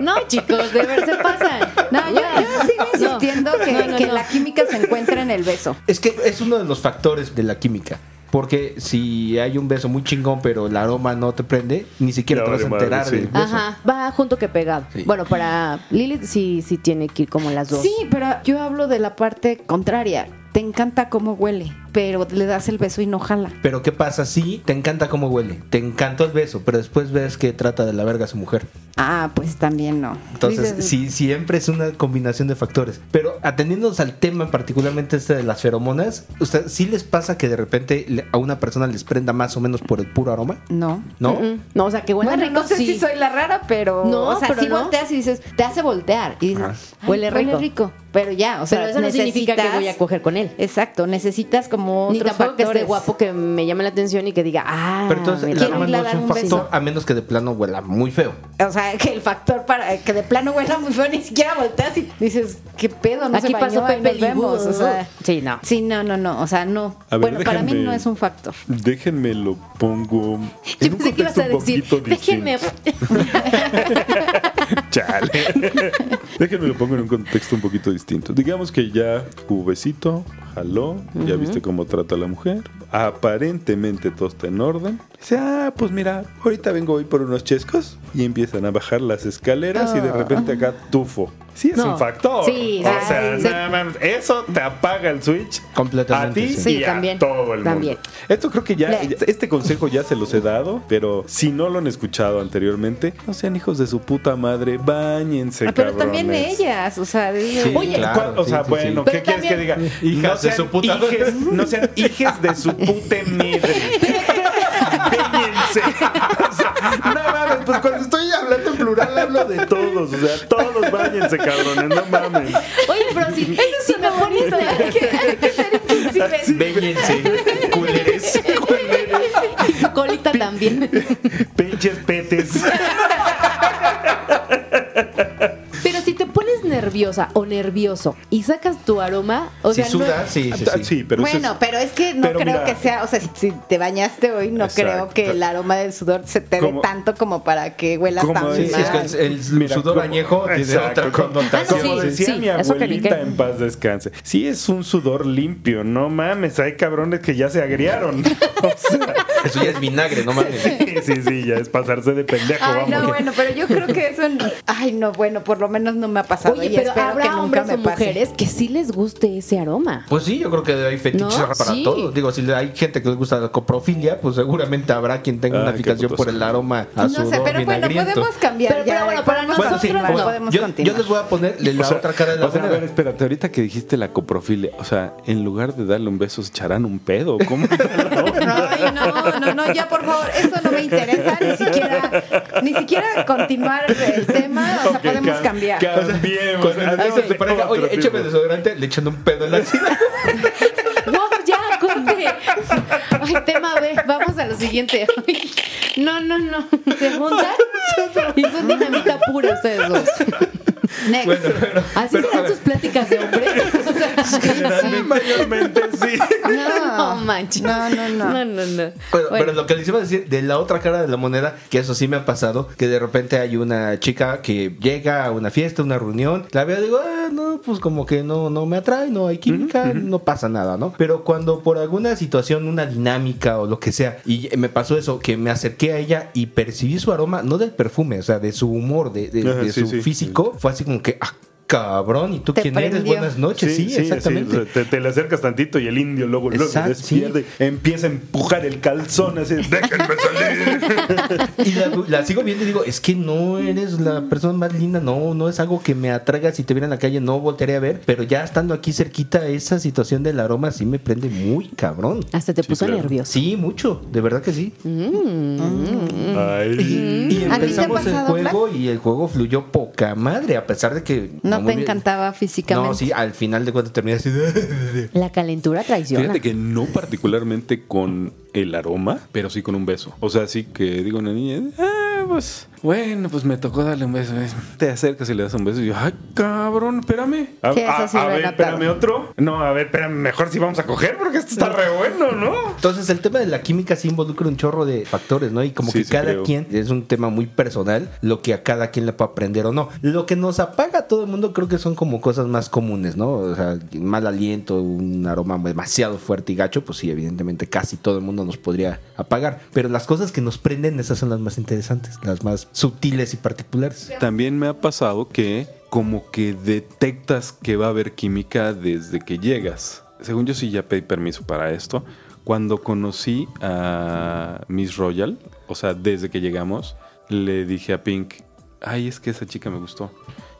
Speaker 3: No, chicos, de ver se pasan.
Speaker 1: No, yo, yo sigo
Speaker 3: No.
Speaker 1: insistiendo que,
Speaker 3: No, no,
Speaker 1: que
Speaker 3: no.
Speaker 1: la química se encuentra en el beso.
Speaker 4: Es que es uno de los factores de la química. Porque si hay un beso muy chingón, pero el aroma no te prende, ni siquiera
Speaker 5: Ya
Speaker 4: te vas a
Speaker 5: vale madre,
Speaker 4: enterar
Speaker 5: sí.
Speaker 4: del beso.
Speaker 3: Ajá, va junto que pegado.
Speaker 4: Sí.
Speaker 3: Bueno, para Lilith sí, sí tiene que ir como las dos.
Speaker 1: Sí, pero yo hablo de la parte contraria. Te encanta cómo huele, pero le das el beso y no jala.
Speaker 4: Pero ¿qué pasa si te encanta cómo huele? Te encantó el beso, pero después ves que trata de la verga a su mujer.
Speaker 1: Ah, pues también no.
Speaker 4: Entonces,
Speaker 1: Dices,
Speaker 4: sí, siempre es una combinación de factores. Pero atendiéndonos al tema, particularmente este de las feromonas, ¿usted sí les pasa que de repente le- a una persona les prenda más o menos por el puro aroma?
Speaker 1: No.
Speaker 4: ¿No?
Speaker 3: Mm, mm. No, o sea, que huele
Speaker 1: bueno,
Speaker 3: rico.
Speaker 1: no sé
Speaker 3: sí.
Speaker 1: si soy la rara, pero.
Speaker 3: No,
Speaker 1: o sea,
Speaker 3: pero
Speaker 1: si
Speaker 3: no.
Speaker 1: volteas y dices, te hace voltear. Y dices,
Speaker 4: Ajá.
Speaker 1: "Ay,
Speaker 3: Huele rico".
Speaker 1: Pero ya, o sea,
Speaker 3: Pero eso no significa que
Speaker 1: necesitas-
Speaker 3: voy a coger con él.
Speaker 1: Exacto, necesitas como.
Speaker 3: Ni
Speaker 1: otros
Speaker 3: tampoco que esté
Speaker 1: factores.
Speaker 3: guapo que me llame la atención y que diga, ah,
Speaker 4: Pero entonces el
Speaker 3: mira,
Speaker 1: ¿Quién
Speaker 4: aroma no es
Speaker 1: clavar
Speaker 4: un
Speaker 1: un
Speaker 4: factor
Speaker 1: beso?
Speaker 4: a menos que de plano huela muy feo.
Speaker 1: O sea, que el factor para que de plano huela muy feo, ni siquiera volteas y dices, ¿qué pedo? No se
Speaker 3: Aquí
Speaker 1: bañó,
Speaker 3: pasó
Speaker 1: ahí
Speaker 3: Pepe
Speaker 1: nos vemos",
Speaker 3: Libú.
Speaker 1: O sea,
Speaker 3: Sí, no.
Speaker 1: Sí, no, no, no. O sea, no.
Speaker 5: A ver,
Speaker 1: bueno, para mí
Speaker 5: déjenme-
Speaker 1: no es un factor.
Speaker 5: Déjenme lo pongo.
Speaker 3: Yo
Speaker 5: en un
Speaker 3: pensé que ibas
Speaker 5: contexto
Speaker 3: a
Speaker 5: un
Speaker 3: decir,
Speaker 5: poquito
Speaker 3: déjenme.
Speaker 5: distinto". Chale. Déjenme lo pongo en un contexto un poquito distinto. Digamos que ya cubecito, jaló, ya viste cómo trata a la mujer. Aparentemente todo está en orden. Dice, ah, pues mira, ahorita vengo hoy por unos chescos. Y empiezan a bajar las escaleras y de
Speaker 1: Oh.
Speaker 5: repente acá tufo. Sí, es
Speaker 3: No.
Speaker 5: un factor.
Speaker 3: Sí,
Speaker 5: Oh, o
Speaker 3: sí,
Speaker 5: sea,
Speaker 3: sí.
Speaker 5: nada más, eso te apaga el switch.
Speaker 4: Completamente,
Speaker 5: A ti
Speaker 4: sí.
Speaker 5: y
Speaker 3: Sí,
Speaker 5: a
Speaker 3: también,
Speaker 5: todo el
Speaker 3: también.
Speaker 5: mundo. Esto creo que ya,
Speaker 1: Next.
Speaker 5: este consejo ya se los he dado, pero si no lo han escuchado anteriormente, no sean hijos de su puta madre, bañense,
Speaker 1: Ah, pero
Speaker 5: cabrones.
Speaker 1: también ellas, o sea, digo,
Speaker 4: Sí.
Speaker 5: Oye,
Speaker 4: claro,
Speaker 5: ¿cuál- o
Speaker 4: sí,
Speaker 5: sea,
Speaker 4: sí,
Speaker 5: bueno, ¿qué
Speaker 4: sí.
Speaker 3: Pero
Speaker 5: quieres que diga?
Speaker 3: también-
Speaker 5: Hijas
Speaker 4: de su puta madre.
Speaker 5: hijes- no sean hijes de su puta madre. Bañense. O sea, no mames, pues cuando estoy hablando en plural hablo de todos, o sea, todos bañense, cabrones, no mames.
Speaker 3: Oye, pero si, si me pones a-
Speaker 4: Véñense, culeres.
Speaker 3: colita también.
Speaker 5: Pinches petes.
Speaker 3: Pero si te pones nerviosa o nervioso y sacas tu aroma, o
Speaker 4: Si
Speaker 3: sea, no-
Speaker 4: sudas, sí, sí, sí.
Speaker 5: Ah, Sí, pero eso
Speaker 1: bueno,
Speaker 5: es-
Speaker 1: pero es que no
Speaker 5: pero
Speaker 1: creo
Speaker 5: mira.
Speaker 1: que sea, o sea, si, si te bañaste hoy, no creo
Speaker 5: Exacto.
Speaker 1: que el aroma del sudor se te dé
Speaker 5: Como-
Speaker 1: tanto como para que huelas
Speaker 5: como
Speaker 1: tan mal.
Speaker 4: Sí, sí, es que el, el
Speaker 5: Mira,
Speaker 4: sudor
Speaker 5: como-
Speaker 4: añejo tiene
Speaker 5: Exacto,
Speaker 4: otra
Speaker 5: como-
Speaker 4: connotación.
Speaker 3: Ah, no,
Speaker 5: Como
Speaker 3: sí,
Speaker 5: decía
Speaker 3: sí,
Speaker 5: mi
Speaker 3: eso que ni
Speaker 5: abuelita
Speaker 3: qué.
Speaker 5: en paz descanse. Sí es un sudor limpio, no mames, hay cabrones que ya se agriaron. O sea,
Speaker 4: Eso ya es vinagre, no mames.
Speaker 5: sí, sí, sí, ya es pasarse de pendejo,
Speaker 1: Ay,
Speaker 5: vamos.
Speaker 1: no, bueno, pero yo creo que eso. no- Ay, no, bueno, por lo menos no me ha pasado.
Speaker 3: oye,
Speaker 1: y
Speaker 3: pero
Speaker 1: espero que
Speaker 3: habrá
Speaker 1: nunca
Speaker 3: hombres
Speaker 1: me
Speaker 3: o
Speaker 1: pase.
Speaker 3: mujeres que sí les guste ese aroma.
Speaker 4: Pues sí, yo creo que hay fetiches
Speaker 3: ¿No?
Speaker 4: para
Speaker 3: Sí.
Speaker 4: todos. Digo, si hay gente que les gusta la coprofilia, pues seguramente habrá quien tenga
Speaker 5: Ay,
Speaker 4: una
Speaker 5: Ah, qué
Speaker 4: aplicación
Speaker 5: putos.
Speaker 4: por el aroma a
Speaker 1: No
Speaker 4: sudor
Speaker 1: sé, pero bueno,
Speaker 4: vinagriento.
Speaker 1: podemos cambiar.
Speaker 3: Pero- pero
Speaker 1: ya,
Speaker 3: bueno, para
Speaker 1: podemos
Speaker 4: Bueno, sí,
Speaker 1: continuar,
Speaker 3: nosotros no.
Speaker 1: podemos
Speaker 4: yo,
Speaker 1: continuar.
Speaker 4: yo les voy a poner la
Speaker 5: O sea,
Speaker 4: otra cara de la
Speaker 5: o sea, a
Speaker 4: moneda.
Speaker 5: ver, espérate, ahorita que dijiste la coprofilia, o sea, en lugar de darle un beso, se echarán un pedo. ¿Cómo?
Speaker 1: Ay, no, no, no, ya por favor, eso no me interesa, ni siquiera, ni siquiera continuar el tema, o sea,
Speaker 5: Ok,
Speaker 1: podemos
Speaker 5: cam-
Speaker 1: cambiar.
Speaker 5: Cambiemos.
Speaker 4: Cuando le dices a tu pareja,
Speaker 5: Otro
Speaker 4: oye, échame
Speaker 5: tipo".
Speaker 4: desodorante, le echan un pedo en la silla.
Speaker 3: No, ya, corte. Ay, tema B, vamos a lo siguiente. Ay, No, no, no. Se juntan y son dinamita pura ustedes dos.
Speaker 1: Next.
Speaker 4: Bueno, pero,
Speaker 3: Así
Speaker 4: pero, a
Speaker 3: serán
Speaker 4: ver,
Speaker 3: sus pláticas de hombres. O sea,
Speaker 5: Generalmente, mayormente sí.
Speaker 1: No, No.
Speaker 3: No manches.
Speaker 1: No, no, no.
Speaker 3: No, no, no.
Speaker 4: Pero,
Speaker 3: Bueno,
Speaker 4: pero lo que les iba a decir, de la otra cara de la moneda, que eso sí me ha pasado, que de repente hay una chica que llega a una fiesta, una reunión, la veo y digo, ah, no, pues como que no, no me atrae, no hay química, no pasa nada, ¿no? Pero cuando por alguna situación, una dinámica o lo que sea, y me pasó eso, que me acerqué a ella y percibí su aroma, no del perfume, o sea, de su humor, de, de-
Speaker 5: Ajá,
Speaker 4: de
Speaker 5: sí,
Speaker 4: su
Speaker 5: sí.
Speaker 4: físico, fue así como que, ah, cabrón, ¿y tú
Speaker 1: Te
Speaker 4: quién eres?
Speaker 1: prendió.
Speaker 4: Buenas noches, sí, exactamente.
Speaker 5: sí, o sea, te, te le acercas tantito y el indio luego, luego se
Speaker 4: Exacto, sí.
Speaker 5: despierta y empieza a empujar el calzón así, déjenme salir.
Speaker 4: Y la, la sigo viendo y digo, es que no eres la persona más linda, no, no es algo que me atraiga. Si te viera en la calle, no voltearé a ver. Pero ya estando aquí cerquita, esa situación del aroma sí me prende muy cabrón.
Speaker 3: hasta te
Speaker 5: Sí,
Speaker 3: puso
Speaker 5: claro.
Speaker 3: nervioso.
Speaker 4: Sí, mucho, de verdad que sí. Ah,
Speaker 5: Ay.
Speaker 4: Y
Speaker 1: Mm. ¿A ti te ha
Speaker 4: empezamos el
Speaker 1: pasado,
Speaker 4: juego y el juego fluyó poca madre, a pesar de que.
Speaker 1: No
Speaker 4: muy
Speaker 1: te
Speaker 4: bien.
Speaker 1: encantaba físicamente.
Speaker 4: No, sí, al final de cuentas terminé así.
Speaker 3: La calentura traiciona.
Speaker 5: Fíjate que no particularmente con el aroma, pero sí con un beso. O sea, sí que digo una niña, "Ah, pues bueno, pues me tocó darle un beso. eh". Te acercas y le das un beso y yo, ay, cabrón, espérame. A,
Speaker 1: Sí, eso
Speaker 5: a-
Speaker 1: sí
Speaker 5: a
Speaker 1: lo he
Speaker 5: ver,
Speaker 1: notado.
Speaker 5: espérame otro. No, a ver, espérame, mejor si vamos a coger porque esto está re bueno, ¿no?
Speaker 4: Entonces el tema de la química sí involucra un chorro de factores, ¿no? Y como
Speaker 5: Sí,
Speaker 4: que
Speaker 5: sí,
Speaker 4: cada
Speaker 5: creo.
Speaker 4: quien es un tema muy personal, lo que a cada quien le puede aprender o no. Lo que nos apaga a todo el mundo creo que son como cosas más comunes, ¿no? O sea, mal aliento, un aroma demasiado fuerte y gacho, pues sí, evidentemente casi todo el mundo nos podría apagar. Pero las cosas que nos prenden, esas son las más interesantes, las más sutiles y particulares.
Speaker 5: También me ha pasado que como que detectas que va a haber química desde que llegas. Según yo sí ya pedí permiso para esto. Cuando conocí a Miss Royal, o sea, desde que llegamos, le dije a Pink, ay, es que esa chica me gustó.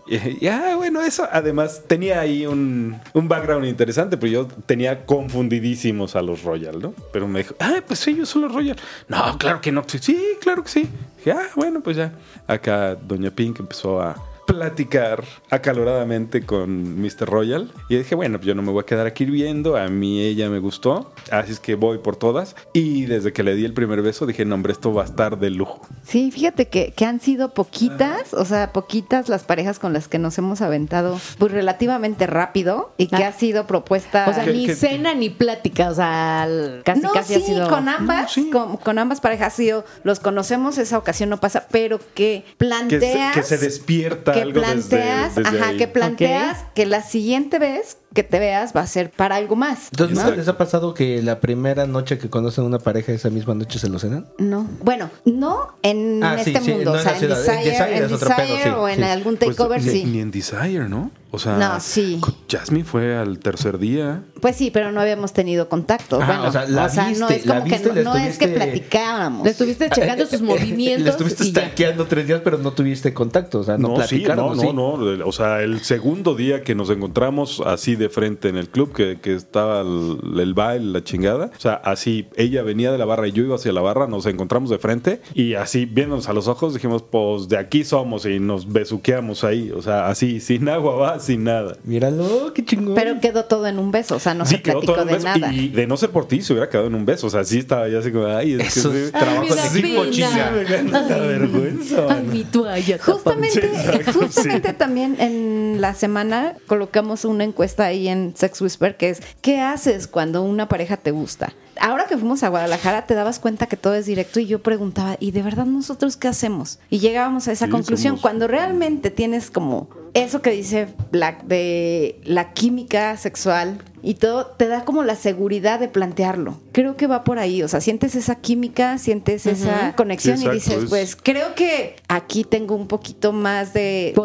Speaker 5: Y, ah, bueno, eso además tenía ahí un, un background interesante, pero yo tenía confundidísimos a los Royal, ¿no? Pero me dijo, ah, pues sí, yo soy los Royal. No, claro que no. Sí, Sí, claro que sí. Dije, ah, bueno, pues ya. Acá Doña Pink empezó a platicar acaloradamente con Mr. Royal y dije, bueno, pues yo no me voy a quedar aquí viendo, a mí ella me gustó, así es que voy por todas y desde que le di el primer beso dije, no, hombre, esto va a estar de lujo.
Speaker 1: Sí, fíjate que, que han sido poquitas, o sea, poquitas las parejas con las que nos hemos aventado pues relativamente rápido y que
Speaker 3: Ah.
Speaker 1: ha sido propuesta.
Speaker 3: O sea,
Speaker 5: ¿Qué-
Speaker 3: ni
Speaker 5: qué-
Speaker 3: cena ni plática, o sea, al- casi,
Speaker 1: no,
Speaker 3: casi
Speaker 1: sí,
Speaker 3: ha sido...
Speaker 1: con ambas, Con, con ambas parejas ha sido, los conocemos, esa ocasión no pasa, pero que
Speaker 5: Que se,
Speaker 1: planteas...
Speaker 5: que se despierta
Speaker 1: que
Speaker 5: algo desde-
Speaker 1: planteas,
Speaker 5: desde
Speaker 1: ajá,
Speaker 5: ahí.
Speaker 1: que planteas que la siguiente vez que te veas va a ser para algo más.
Speaker 4: Entonces, ¿no
Speaker 5: Exacto.
Speaker 4: les ha pasado que la primera noche que conocen a una pareja, esa misma noche se lo cenan?
Speaker 1: No. Bueno, no en
Speaker 4: Ah, sí,
Speaker 1: este
Speaker 4: sí,
Speaker 1: mundo.
Speaker 4: no en
Speaker 1: o sea,
Speaker 4: la
Speaker 1: en
Speaker 4: ciudad. En
Speaker 1: Desire,
Speaker 4: Desire
Speaker 1: en
Speaker 4: es otro pedo,
Speaker 1: Desire
Speaker 4: sí,
Speaker 1: o en
Speaker 4: sí.
Speaker 1: algún
Speaker 5: Pues,
Speaker 1: takeover,
Speaker 5: ni,
Speaker 1: sí.
Speaker 5: ni en Desire, ¿no? O sea,
Speaker 1: No, sí.
Speaker 5: con- Jasmine fue al tercer día.
Speaker 1: Pues sí, pero no habíamos tenido contacto.
Speaker 4: Ajá,
Speaker 1: bueno,
Speaker 4: o sea,
Speaker 1: no
Speaker 4: la viste,
Speaker 1: es como
Speaker 4: la
Speaker 1: que
Speaker 4: viste,
Speaker 1: no,
Speaker 4: la
Speaker 1: no es que
Speaker 4: estuviste-
Speaker 1: platicábamos.
Speaker 3: Le estuviste checando sus movimientos.
Speaker 4: eh, Le estuviste
Speaker 3: y ya.
Speaker 4: stalkeando tres días, pero no tuviste contacto, o sea, no,
Speaker 5: sí,
Speaker 4: platicaron.
Speaker 5: Ah, no,
Speaker 4: ¿sí?
Speaker 5: no, no. O sea, el segundo día que nos encontramos así de frente en el club, que, que estaba el, el baile, la chingada. O sea, así, ella venía de la barra y yo iba hacia la barra, nos encontramos de frente y así, viéndonos a los ojos, dijimos, pues de aquí somos y nos besuqueamos ahí. O sea, así, sin agua va, sin nada.
Speaker 4: Míralo, qué chingón.
Speaker 1: Pero quedó todo en un beso, o sea, no
Speaker 5: Sí,
Speaker 1: se
Speaker 5: quedó
Speaker 1: platicó
Speaker 5: todo en
Speaker 1: de
Speaker 5: un beso.
Speaker 1: nada.
Speaker 5: Y de no ser por ti, se hubiera quedado en un beso. O sea, sí estaba ya así como, ay, es
Speaker 4: Eso
Speaker 5: que
Speaker 4: es
Speaker 5: sí,
Speaker 4: trabajo
Speaker 5: trabajo
Speaker 4: de
Speaker 5: así
Speaker 4: equipo,
Speaker 5: como
Speaker 4: chinga.
Speaker 5: me gana la vergüenza.
Speaker 3: Ay, mi toalla.
Speaker 1: Justamente,
Speaker 5: Sí, exacto,
Speaker 1: justamente
Speaker 5: sí.
Speaker 1: también en la semana colocamos una encuesta ahí en Sex Whisper que es ¿qué haces cuando una pareja te gusta? Ahora que fuimos a Guadalajara te dabas cuenta que todo es directo y yo preguntaba, ¿y de verdad nosotros qué hacemos? Y llegábamos a esa
Speaker 5: Sí,
Speaker 1: conclusión.
Speaker 5: somos-
Speaker 1: Cuando realmente tienes como eso que dice Black de la química sexual y todo, te da como la seguridad de plantearlo. Creo que va por ahí, o sea, sientes esa química, sientes esa conexión
Speaker 5: Sí, exacto,
Speaker 1: y dices,
Speaker 5: es-
Speaker 1: pues creo que aquí tengo un poquito más de, de chance,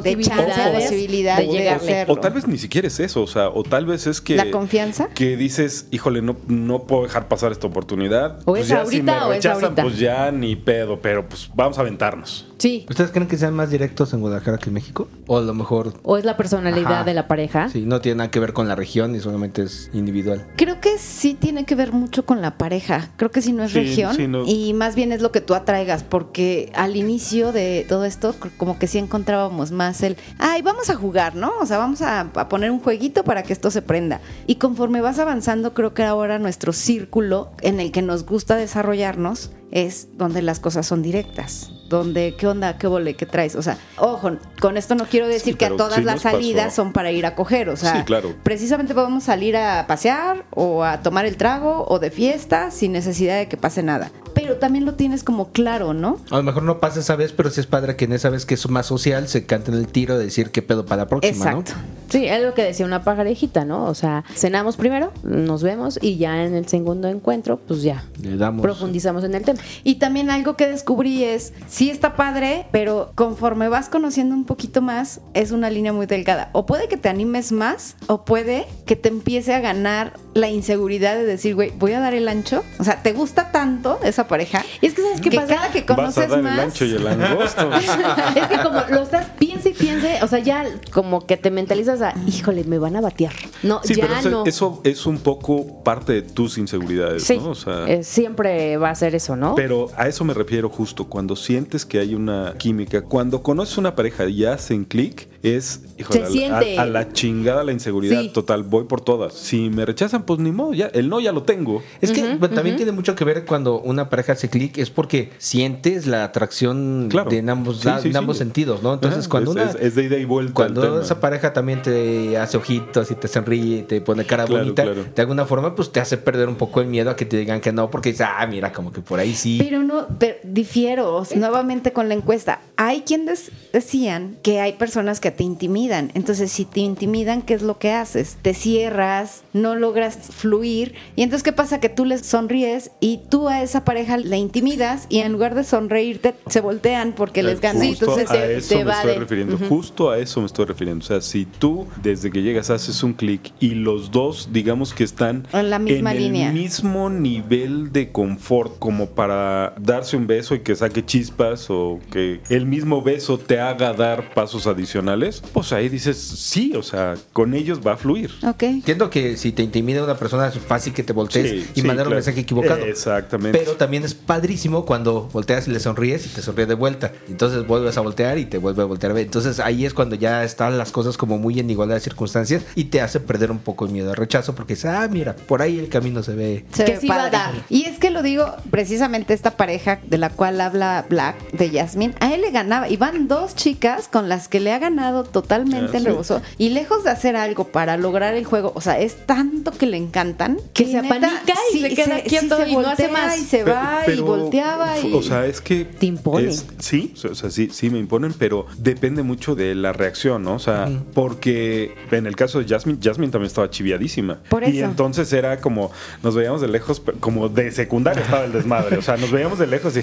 Speaker 3: Posibilidades
Speaker 1: posibilidad
Speaker 3: de
Speaker 1: de,
Speaker 3: llegarle.
Speaker 1: hacerlo.
Speaker 5: O tal vez ni siquiera es eso, o sea, o tal vez es que...
Speaker 1: ¿La confianza?
Speaker 5: Que dices, híjole, no, no puedo dejar pasar esta oportunidad. pues
Speaker 3: O es
Speaker 5: ya
Speaker 3: ahorita
Speaker 5: me
Speaker 3: o es
Speaker 5: rechazan,
Speaker 3: ahorita.
Speaker 5: Pues ya ni pedo, pero pues vamos a aventarnos.
Speaker 3: Sí,
Speaker 4: ¿Ustedes creen que sean más directos en Guadalajara que en México? O a lo mejor
Speaker 3: o es la personalidad
Speaker 4: Ajá.
Speaker 3: de la pareja.
Speaker 4: sí, no tiene nada que ver con la región y solamente es individual.
Speaker 1: Creo que sí tiene que ver mucho con la pareja. Creo que si no es
Speaker 5: Sí,
Speaker 1: región
Speaker 5: sí, no.
Speaker 1: y más bien es lo que tú atraigas, porque al inicio de todo esto cr- como que sí encontrábamos más el, ay, vamos a jugar, ¿no? O sea, vamos a, a poner un jueguito para que esto se prenda. Y conforme vas avanzando, creo que ahora nuestro círculo en el que nos gusta desarrollarnos es donde las cosas son directas. donde, ¿qué onda? ¿Qué vole? ¿Qué traes? O sea, ojo, con esto no quiero decir
Speaker 5: Sí,
Speaker 1: que a
Speaker 5: pero
Speaker 1: todas
Speaker 5: sí
Speaker 1: las
Speaker 5: nos pasó.
Speaker 1: salidas son para ir a coger, o sea,
Speaker 5: Sí, claro.
Speaker 1: precisamente podemos salir a pasear o a tomar el trago o de fiesta sin necesidad de que pase nada. Pero también lo tienes como claro, ¿no?
Speaker 4: A lo mejor no pasa esa vez, pero sí es padre que en esa vez que es más social se canten el tiro de decir qué pedo para la próxima,
Speaker 1: Exacto.
Speaker 4: ¿no?
Speaker 3: Sí, es lo que decía una pajarejita, ¿no? O sea, cenamos primero, nos vemos y ya en el segundo encuentro, pues ya
Speaker 4: Le damos.
Speaker 3: profundizamos en el tema.
Speaker 1: Y también algo que descubrí es, sí está padre, pero conforme vas conociendo un poquito más, es una línea muy delgada. O puede que te animes más, o puede que te empiece a ganar la inseguridad de decir, güey, voy a dar el ancho. O sea, ¿te gusta tanto esa pareja?
Speaker 3: Y es que ¿sabes qué
Speaker 1: que
Speaker 3: pasa?
Speaker 1: cada que
Speaker 5: Vas a
Speaker 1: conoces
Speaker 5: dar el
Speaker 1: más,
Speaker 5: ancho y el angosto.
Speaker 3: es que como lo estás, piense y piense, o sea, ya como que te mentalizas a, híjole, me van a batear. No,
Speaker 5: Sí,
Speaker 3: ya
Speaker 5: pero eso,
Speaker 3: no.
Speaker 5: eso es un poco parte de tus inseguridades,
Speaker 3: sí,
Speaker 5: ¿no? O sea,
Speaker 3: eh, siempre va a ser eso, ¿no?
Speaker 5: Pero a eso me refiero justo, cuando sientes que hay una química, cuando conoces una pareja y ya hacen clic, es híjole,
Speaker 3: Se
Speaker 5: a-
Speaker 3: siente.
Speaker 5: a, a la chingada la inseguridad
Speaker 3: Sí.
Speaker 5: total, voy por todas. Si me rechazan, pues ni modo, ya, el no ya lo tengo.
Speaker 4: Es que bueno, también tiene mucho que ver cuando una pareja hace clic, es porque sientes la atracción
Speaker 5: Claro.
Speaker 4: de en ambos,
Speaker 5: Sí,
Speaker 4: la-
Speaker 5: sí,
Speaker 4: en
Speaker 5: sí.
Speaker 4: ambos sentidos, ¿no? Entonces,
Speaker 5: Ajá,
Speaker 4: cuando
Speaker 5: es,
Speaker 4: una.
Speaker 5: es- es de ida y vuelta. el
Speaker 4: Cuando
Speaker 5: tema.
Speaker 4: esa pareja también te hace ojitos y te sonríe y te pone cara
Speaker 5: Claro,
Speaker 4: bonita,
Speaker 5: claro.
Speaker 4: de alguna forma pues te hace perder un poco el miedo a que te digan que no, porque dices, ah, mira, como que por ahí sí.
Speaker 1: Pero no, pero difiero o sea, nuevamente con la encuesta. Hay quienes decían que hay personas que te intimidan. Entonces, si te intimidan, ¿qué es lo que haces? Te cierras, no logras fluir. Y entonces, ¿qué pasa? Que tú les sonríes y tú a esa pareja le intimidas y en lugar de sonreírte, se voltean porque les gana.
Speaker 5: Eh, Justo
Speaker 1: Entonces,
Speaker 5: a
Speaker 1: te,
Speaker 5: eso
Speaker 1: te
Speaker 5: me estoy
Speaker 1: evaden.
Speaker 5: refiriendo. Justo a eso me estoy refiriendo. O sea, si tú desde que llegas haces un clic y los dos, digamos que están
Speaker 1: En la misma
Speaker 5: en
Speaker 1: línea.
Speaker 5: el mismo nivel de confort, como para darse un beso y que saque chispas o que el mismo beso te haga dar pasos adicionales, pues ahí dices sí, o sea, con ellos va a fluir.
Speaker 1: Ok.
Speaker 4: Entiendo que si te intimida una persona es fácil que te voltees
Speaker 5: Sí,
Speaker 4: y
Speaker 5: sí,
Speaker 4: mandar
Speaker 5: claro.
Speaker 4: un mensaje equivocado.
Speaker 5: Exactamente.
Speaker 4: Pero también es padrísimo cuando volteas y le sonríes y te sonríe de vuelta. Entonces vuelves a voltear y te vuelve a voltear. Entonces ahí es cuando ya están las cosas como muy en igualdad de circunstancias y te hace perder un poco el miedo al rechazo porque dices, ah, mira, por ahí el camino se ve.
Speaker 1: Se
Speaker 3: que
Speaker 1: ve
Speaker 3: sí va a
Speaker 1: padre.
Speaker 3: dar.
Speaker 1: Y es que lo digo, precisamente esta pareja de la cual habla Black, de Yasmin, a él le ganaba. Y van dos chicas con las que le ha ganado totalmente
Speaker 5: Ah,
Speaker 1: el
Speaker 5: sí.
Speaker 1: rebozo. Y lejos de hacer algo para lograr el juego, o sea, es tanto que le encantan que
Speaker 3: Que
Speaker 1: se
Speaker 3: neta,
Speaker 1: apanica y
Speaker 3: sí,
Speaker 1: se
Speaker 3: sí
Speaker 1: queda
Speaker 3: se-
Speaker 1: quieto
Speaker 3: sí se
Speaker 1: y no hace
Speaker 3: voltea
Speaker 1: más. Y se
Speaker 5: Pe-
Speaker 1: va y
Speaker 5: pero,
Speaker 1: volteaba.
Speaker 5: f-
Speaker 1: Y...
Speaker 5: O sea, es que.
Speaker 3: Te imponen.
Speaker 5: es- sí, o sea, sí, sí me imponen, pero depende mucho de la reacción, ¿no? O sea, porque en el caso de Jasmine, Jasmine también estaba chiviadísima.
Speaker 1: Por
Speaker 5: Y
Speaker 1: eso.
Speaker 5: entonces era como, nos veíamos de lejos, pero como de secundaria estaba el desmadre. O sea, nos veíamos de lejos y.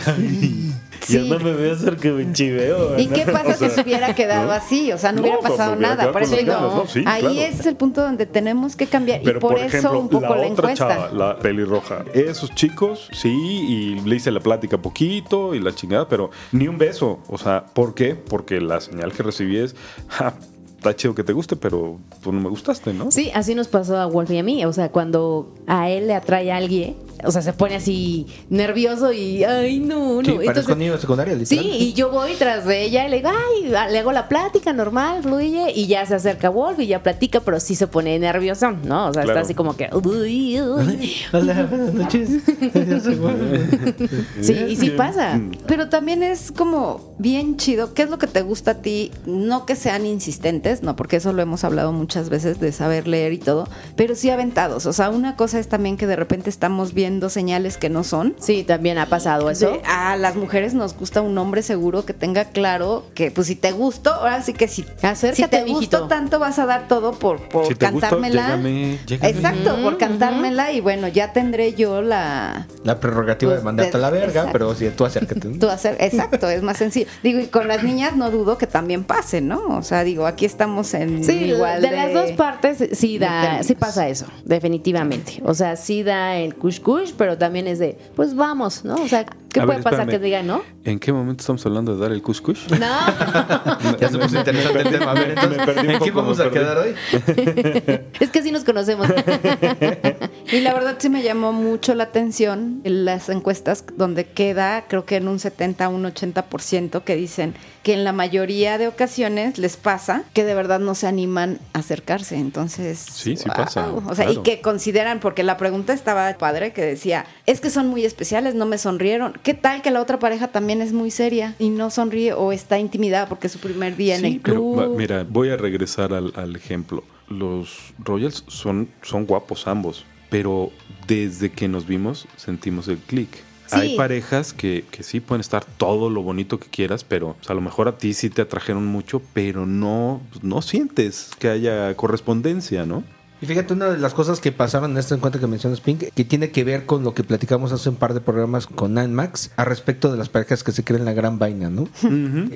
Speaker 5: Ya
Speaker 1: Sí.
Speaker 5: no me voy a hacer que me
Speaker 4: ¿eh?
Speaker 5: chiveo.
Speaker 1: ¿Y qué
Speaker 5: ¿no?
Speaker 1: pasa
Speaker 5: O sea,
Speaker 1: si se hubiera quedado
Speaker 5: ¿no?
Speaker 1: así? O sea, no,
Speaker 5: No,
Speaker 1: hubiera
Speaker 5: pues,
Speaker 1: pasado
Speaker 5: me hubiera
Speaker 1: nada.
Speaker 5: quedado
Speaker 1: Por eso
Speaker 5: con las
Speaker 1: digo,
Speaker 5: ganas, ¿no? Sí,
Speaker 1: ahí
Speaker 5: claro.
Speaker 1: es el punto donde tenemos que cambiar.
Speaker 5: Pero
Speaker 1: y por,
Speaker 5: por,
Speaker 1: eso
Speaker 5: ejemplo,
Speaker 1: un poco
Speaker 5: la,
Speaker 1: la,
Speaker 5: otra
Speaker 1: encuesta.
Speaker 5: chava, la pelirroja. Esos chicos, sí, y le hice la plática poquito y la chingada, pero ni un beso. O sea, ¿por qué? Porque la señal que recibí es, ja, está chido que te guste, pero tú no me gustaste, ¿no?
Speaker 3: Sí, así nos pasó a Wolf y a mí. O sea, cuando a él le atrae a alguien, o sea, se pone así nervioso y, ay, no, no.
Speaker 4: Sí, parezco
Speaker 3: Entonces,
Speaker 4: niño de secundaria,
Speaker 3: Sí,
Speaker 4: literal.
Speaker 3: y yo voy tras de ella y le digo, ay, a- le hago la plática normal, fluye, y ya se acerca Wolf y ya platica, pero sí se pone nervioso, ¿no? O sea,
Speaker 5: Claro.
Speaker 3: está así como que, uy, uy.
Speaker 4: Hola, buenas noches. Yo soy Juan.
Speaker 3: Sí, y sí pasa.
Speaker 1: Pero también es como bien chido, ¿qué es lo que te gusta a ti? No que sean insistentes, no, porque eso lo hemos hablado muchas veces de saber leer y todo, pero sí aventados. O sea, una cosa es también que de repente estamos viendo señales que no son.
Speaker 3: Sí, también ha pasado eso.
Speaker 1: De, a las mujeres nos gusta un hombre seguro que tenga claro que, pues, si te gusto, ahora sí que si,
Speaker 3: Acércate,
Speaker 1: si te
Speaker 3: mijito.
Speaker 1: gusto tanto, vas a dar todo por, por
Speaker 5: Si te gusto,
Speaker 1: cantármela.
Speaker 5: llégame, llégame.
Speaker 1: Exacto, por cantármela y bueno, ya tendré yo la,
Speaker 4: La prerrogativa
Speaker 1: Pues,
Speaker 4: de mandarte a la verga,
Speaker 1: exacto.
Speaker 4: pero si tú acércate.
Speaker 1: Tú hacer, exacto, es más sencillo. Digo, y con las niñas no dudo que también pase, ¿no? O sea, digo, aquí estamos en
Speaker 3: Sí,
Speaker 1: igual
Speaker 3: de, las dos partes sí da,
Speaker 1: términos.
Speaker 3: sí pasa eso, definitivamente. O sea, sí da el cush cush, pero también es de, pues vamos, ¿no? O sea, ¿qué
Speaker 5: A ver,
Speaker 3: puede pasar
Speaker 5: espérame.
Speaker 3: que digan no?
Speaker 5: ¿En qué momento estamos hablando de dar el cuscush?
Speaker 3: No,
Speaker 4: Ya se puso interesante el tema. A ver,
Speaker 5: Me
Speaker 4: entonces,
Speaker 5: perdí un
Speaker 4: ¿en qué
Speaker 5: poco, me
Speaker 4: vamos a
Speaker 5: perdí.
Speaker 4: quedar hoy?
Speaker 3: es que sí nos conocemos.
Speaker 1: Y la verdad sí me llamó mucho la atención en las encuestas donde queda, creo que en un 70, un 80% que dicen que en la mayoría de ocasiones les pasa que de verdad no se animan a acercarse. Entonces,
Speaker 5: Sí, sí pasa,
Speaker 1: O sea, y
Speaker 5: claro.
Speaker 1: que consideran, porque la pregunta estaba padre que decía, es que son muy especiales, no me sonrieron. ¿Qué tal que la otra pareja también es muy seria y no sonríe o está intimidada porque es su primer día en
Speaker 5: Sí,
Speaker 1: el
Speaker 5: pero,
Speaker 1: club?
Speaker 5: va- mira, voy a regresar al, al ejemplo. Los Royals son, son guapos ambos, pero desde que nos vimos sentimos el click.
Speaker 1: Sí.
Speaker 5: Hay parejas que, que sí pueden estar todo lo bonito que quieras, pero o sea, a lo mejor a ti sí te atrajeron mucho, pero no, no sientes que haya correspondencia, ¿no?
Speaker 4: Y fíjate, una de las cosas que pasaron en este encuentro que mencionas, Pink, que tiene que ver con lo que platicamos hace un par de programas con Anmax, a respecto de las parejas que se creen la gran vaina, ¿no?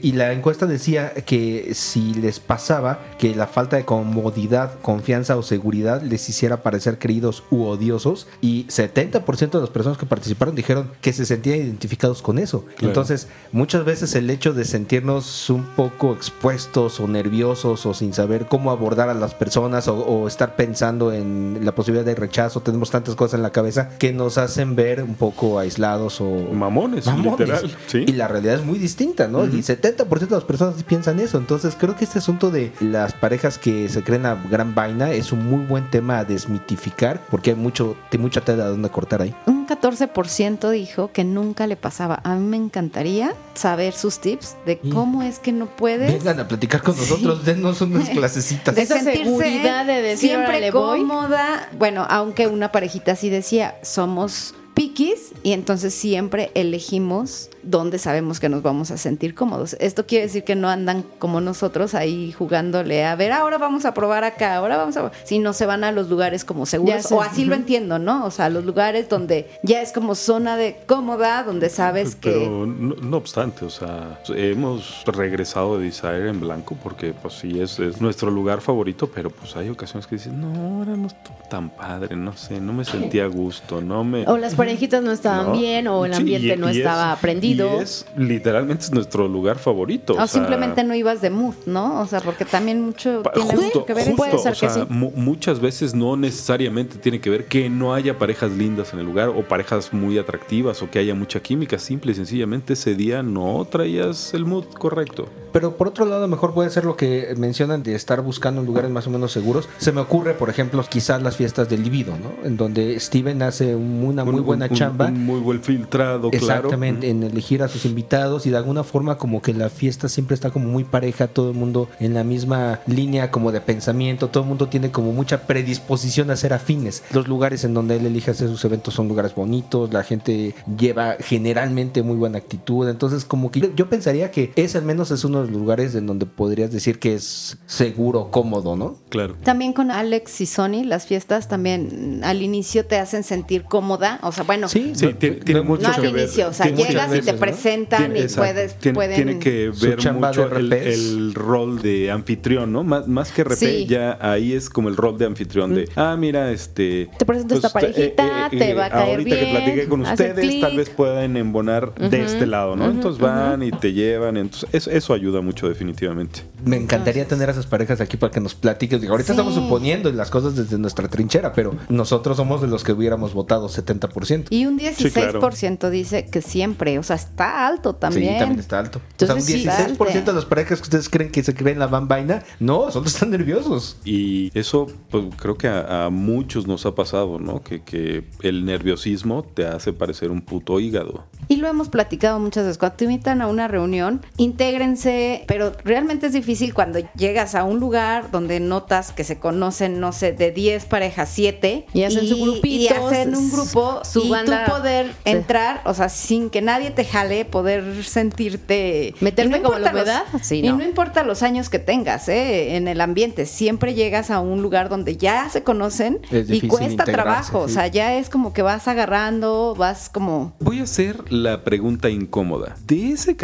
Speaker 4: Y la encuesta decía que si les pasaba que la falta de comodidad, confianza o seguridad les hiciera parecer creídos u odiosos, y 70% de las personas que participaron dijeron que se sentían identificados con eso.
Speaker 5: Claro.
Speaker 4: Entonces, muchas veces el hecho de sentirnos un poco expuestos o nerviosos o sin saber cómo abordar a las personas o, o estar pensando en la posibilidad de rechazo, tenemos tantas cosas en la cabeza que nos hacen ver un poco aislados o
Speaker 5: Mamones, literal, sí.
Speaker 4: Y la realidad es muy distinta, ¿no? Y 70% de las personas piensan eso. Entonces creo que este asunto de las parejas que se creen la gran vaina es un muy buen tema a desmitificar porque hay mucho, hay mucha tela de donde cortar ahí.
Speaker 1: Un 14% dijo que nunca le pasaba. A mí me encantaría saber sus tips de
Speaker 4: Sí.
Speaker 1: cómo es que no puedes.
Speaker 4: Vengan a platicar con nosotros, denos unas clasecitas.
Speaker 1: de
Speaker 6: Esa
Speaker 1: sentirse
Speaker 6: seguridad de decir,
Speaker 1: siempre
Speaker 6: "Órale, voy".
Speaker 1: cómoda. Bueno, aunque una parejita sí decía, somos piquis y entonces siempre elegimos dónde sabemos que nos vamos a sentir cómodos. Esto quiere decir que no andan como nosotros ahí jugándole a ver, ahora vamos a probar acá, ahora vamos a... Si no se van a los lugares como
Speaker 6: Ya
Speaker 1: seguros,
Speaker 6: sé.
Speaker 1: o así lo entiendo, ¿no? O sea, los lugares donde ya es como zona de cómoda, donde
Speaker 6: Pues
Speaker 1: sabes que...
Speaker 5: Pero no, no obstante, o sea, hemos regresado de Desire en blanco porque pues sí, es, es nuestro lugar favorito, pero pues hay ocasiones que dices, no, ahora no estuvo tan padre, no sé, no me sentía a gusto, no me...
Speaker 6: O las parejitas no estaban
Speaker 5: no".
Speaker 6: bien, o el
Speaker 5: Sí,
Speaker 6: ambiente
Speaker 5: y-
Speaker 6: no
Speaker 5: y es-
Speaker 6: estaba
Speaker 5: y
Speaker 6: aprendido.
Speaker 5: es literalmente es nuestro lugar favorito.
Speaker 1: O, simplemente no ibas de mood, ¿no? O sea, porque también mucho
Speaker 5: Pa-
Speaker 1: tiene
Speaker 5: Justo,
Speaker 1: mucho que ver eso.
Speaker 5: justo, o sea, mu- muchas veces no necesariamente tiene que ver que no haya parejas lindas en el lugar o parejas muy atractivas o que haya mucha química, simple y sencillamente ese día no traías el mood correcto.
Speaker 4: Pero por otro lado, a lo mejor puede ser lo que mencionan de estar buscando lugares más o menos seguros. Se me ocurre, por ejemplo, quizás las fiestas del libido, ¿no? En donde Steven hace un- una muy
Speaker 5: Un-
Speaker 4: buena
Speaker 5: un- un-
Speaker 4: chamba.
Speaker 5: un muy buen filtrado, claro.
Speaker 4: Exactamente, en elegir a sus invitados y de alguna forma como que la fiesta siempre está como muy pareja, todo el mundo en la misma línea como de pensamiento, todo el mundo tiene como mucha predisposición a ser afines. Los lugares en donde él elige hacer sus eventos son lugares bonitos, la gente lleva generalmente muy buena actitud, entonces como que yo- yo pensaría que ese al menos es uno de los lugares en donde podrías decir que es seguro, cómodo, ¿no?
Speaker 5: Claro.
Speaker 1: También con Alex y Sony, las fiestas también mm, al inicio te hacen sentir cómoda. O sea, bueno,
Speaker 5: Sí,
Speaker 4: no-
Speaker 5: tiene- tiene
Speaker 4: no-
Speaker 5: mucho
Speaker 1: no al
Speaker 5: que ver.
Speaker 1: inicio. O sea,
Speaker 5: Tiene mucho
Speaker 1: llegas
Speaker 5: que
Speaker 1: y
Speaker 5: ver,
Speaker 1: te
Speaker 4: ¿no?
Speaker 1: presentan
Speaker 5: Tiene-
Speaker 1: y
Speaker 5: exacto.
Speaker 1: puedes.
Speaker 5: Tiene,
Speaker 1: pueden-
Speaker 5: tiene que
Speaker 4: Su
Speaker 5: ver
Speaker 4: chamba
Speaker 5: mucho
Speaker 4: de
Speaker 5: el,
Speaker 4: repés.
Speaker 5: el rol de anfitrión, ¿no? Más, más que repé,
Speaker 1: Sí.
Speaker 5: ya ahí es como el rol de anfitrión de, ah, mira, este...
Speaker 6: Mm. Te presento esta parejita, te va a caer
Speaker 5: eh, Ahorita que
Speaker 6: bien,
Speaker 5: platiqué con
Speaker 6: hacen
Speaker 5: ustedes, tal
Speaker 6: clic".
Speaker 5: vez puedan embonar de este lado, ¿no? entonces van y te llevan, entonces eso, eso ayuda mucho definitivamente.
Speaker 4: Me encantaría tener a esas parejas aquí para que nos platiques. Digo, ahorita
Speaker 1: Sí.
Speaker 4: estamos suponiendo las cosas desde nuestra trinchera, pero nosotros somos de los que hubiéramos votado 70%.
Speaker 1: Y un
Speaker 5: Sí, claro.
Speaker 1: 16% dice que siempre. O sea, está alto también.
Speaker 4: Sí, también está alto. o
Speaker 1: Entonces, sí,
Speaker 4: sea, un 16%
Speaker 1: salte.
Speaker 4: de las parejas que ustedes creen que se creen la van vaina, no, solo están nerviosos.
Speaker 5: Y eso, pues creo que a, a muchos nos ha pasado, ¿no? Que, que el nerviosismo te hace parecer un puto hígado.
Speaker 1: Y lo hemos platicado muchas veces. Cuando te invitan a una reunión, intégrense, pero realmente es difícil cuando llegas a un lugar donde notas que se conocen, no sé, de 10 parejas, 7.
Speaker 6: Y hacen su grupito,
Speaker 1: Y hacen un grupo.
Speaker 6: su
Speaker 1: y
Speaker 6: banda.
Speaker 1: tú poder
Speaker 6: Sí.
Speaker 1: entrar, o sea, sin que nadie te jale, poder sentirte.
Speaker 6: Meterte
Speaker 1: Y
Speaker 6: como la
Speaker 1: importa los-
Speaker 6: humedad, sí,
Speaker 1: Y
Speaker 6: no.
Speaker 1: no importa los años que tengas ¿eh? en el ambiente, siempre llegas a un lugar donde ya se conocen
Speaker 4: Es
Speaker 1: y
Speaker 4: difícil
Speaker 1: cuesta
Speaker 4: integrarse,
Speaker 1: trabajo. O
Speaker 4: sí.
Speaker 1: sea, ya es como que vas agarrando, vas como
Speaker 5: Voy a hacer la pregunta incómoda. De ese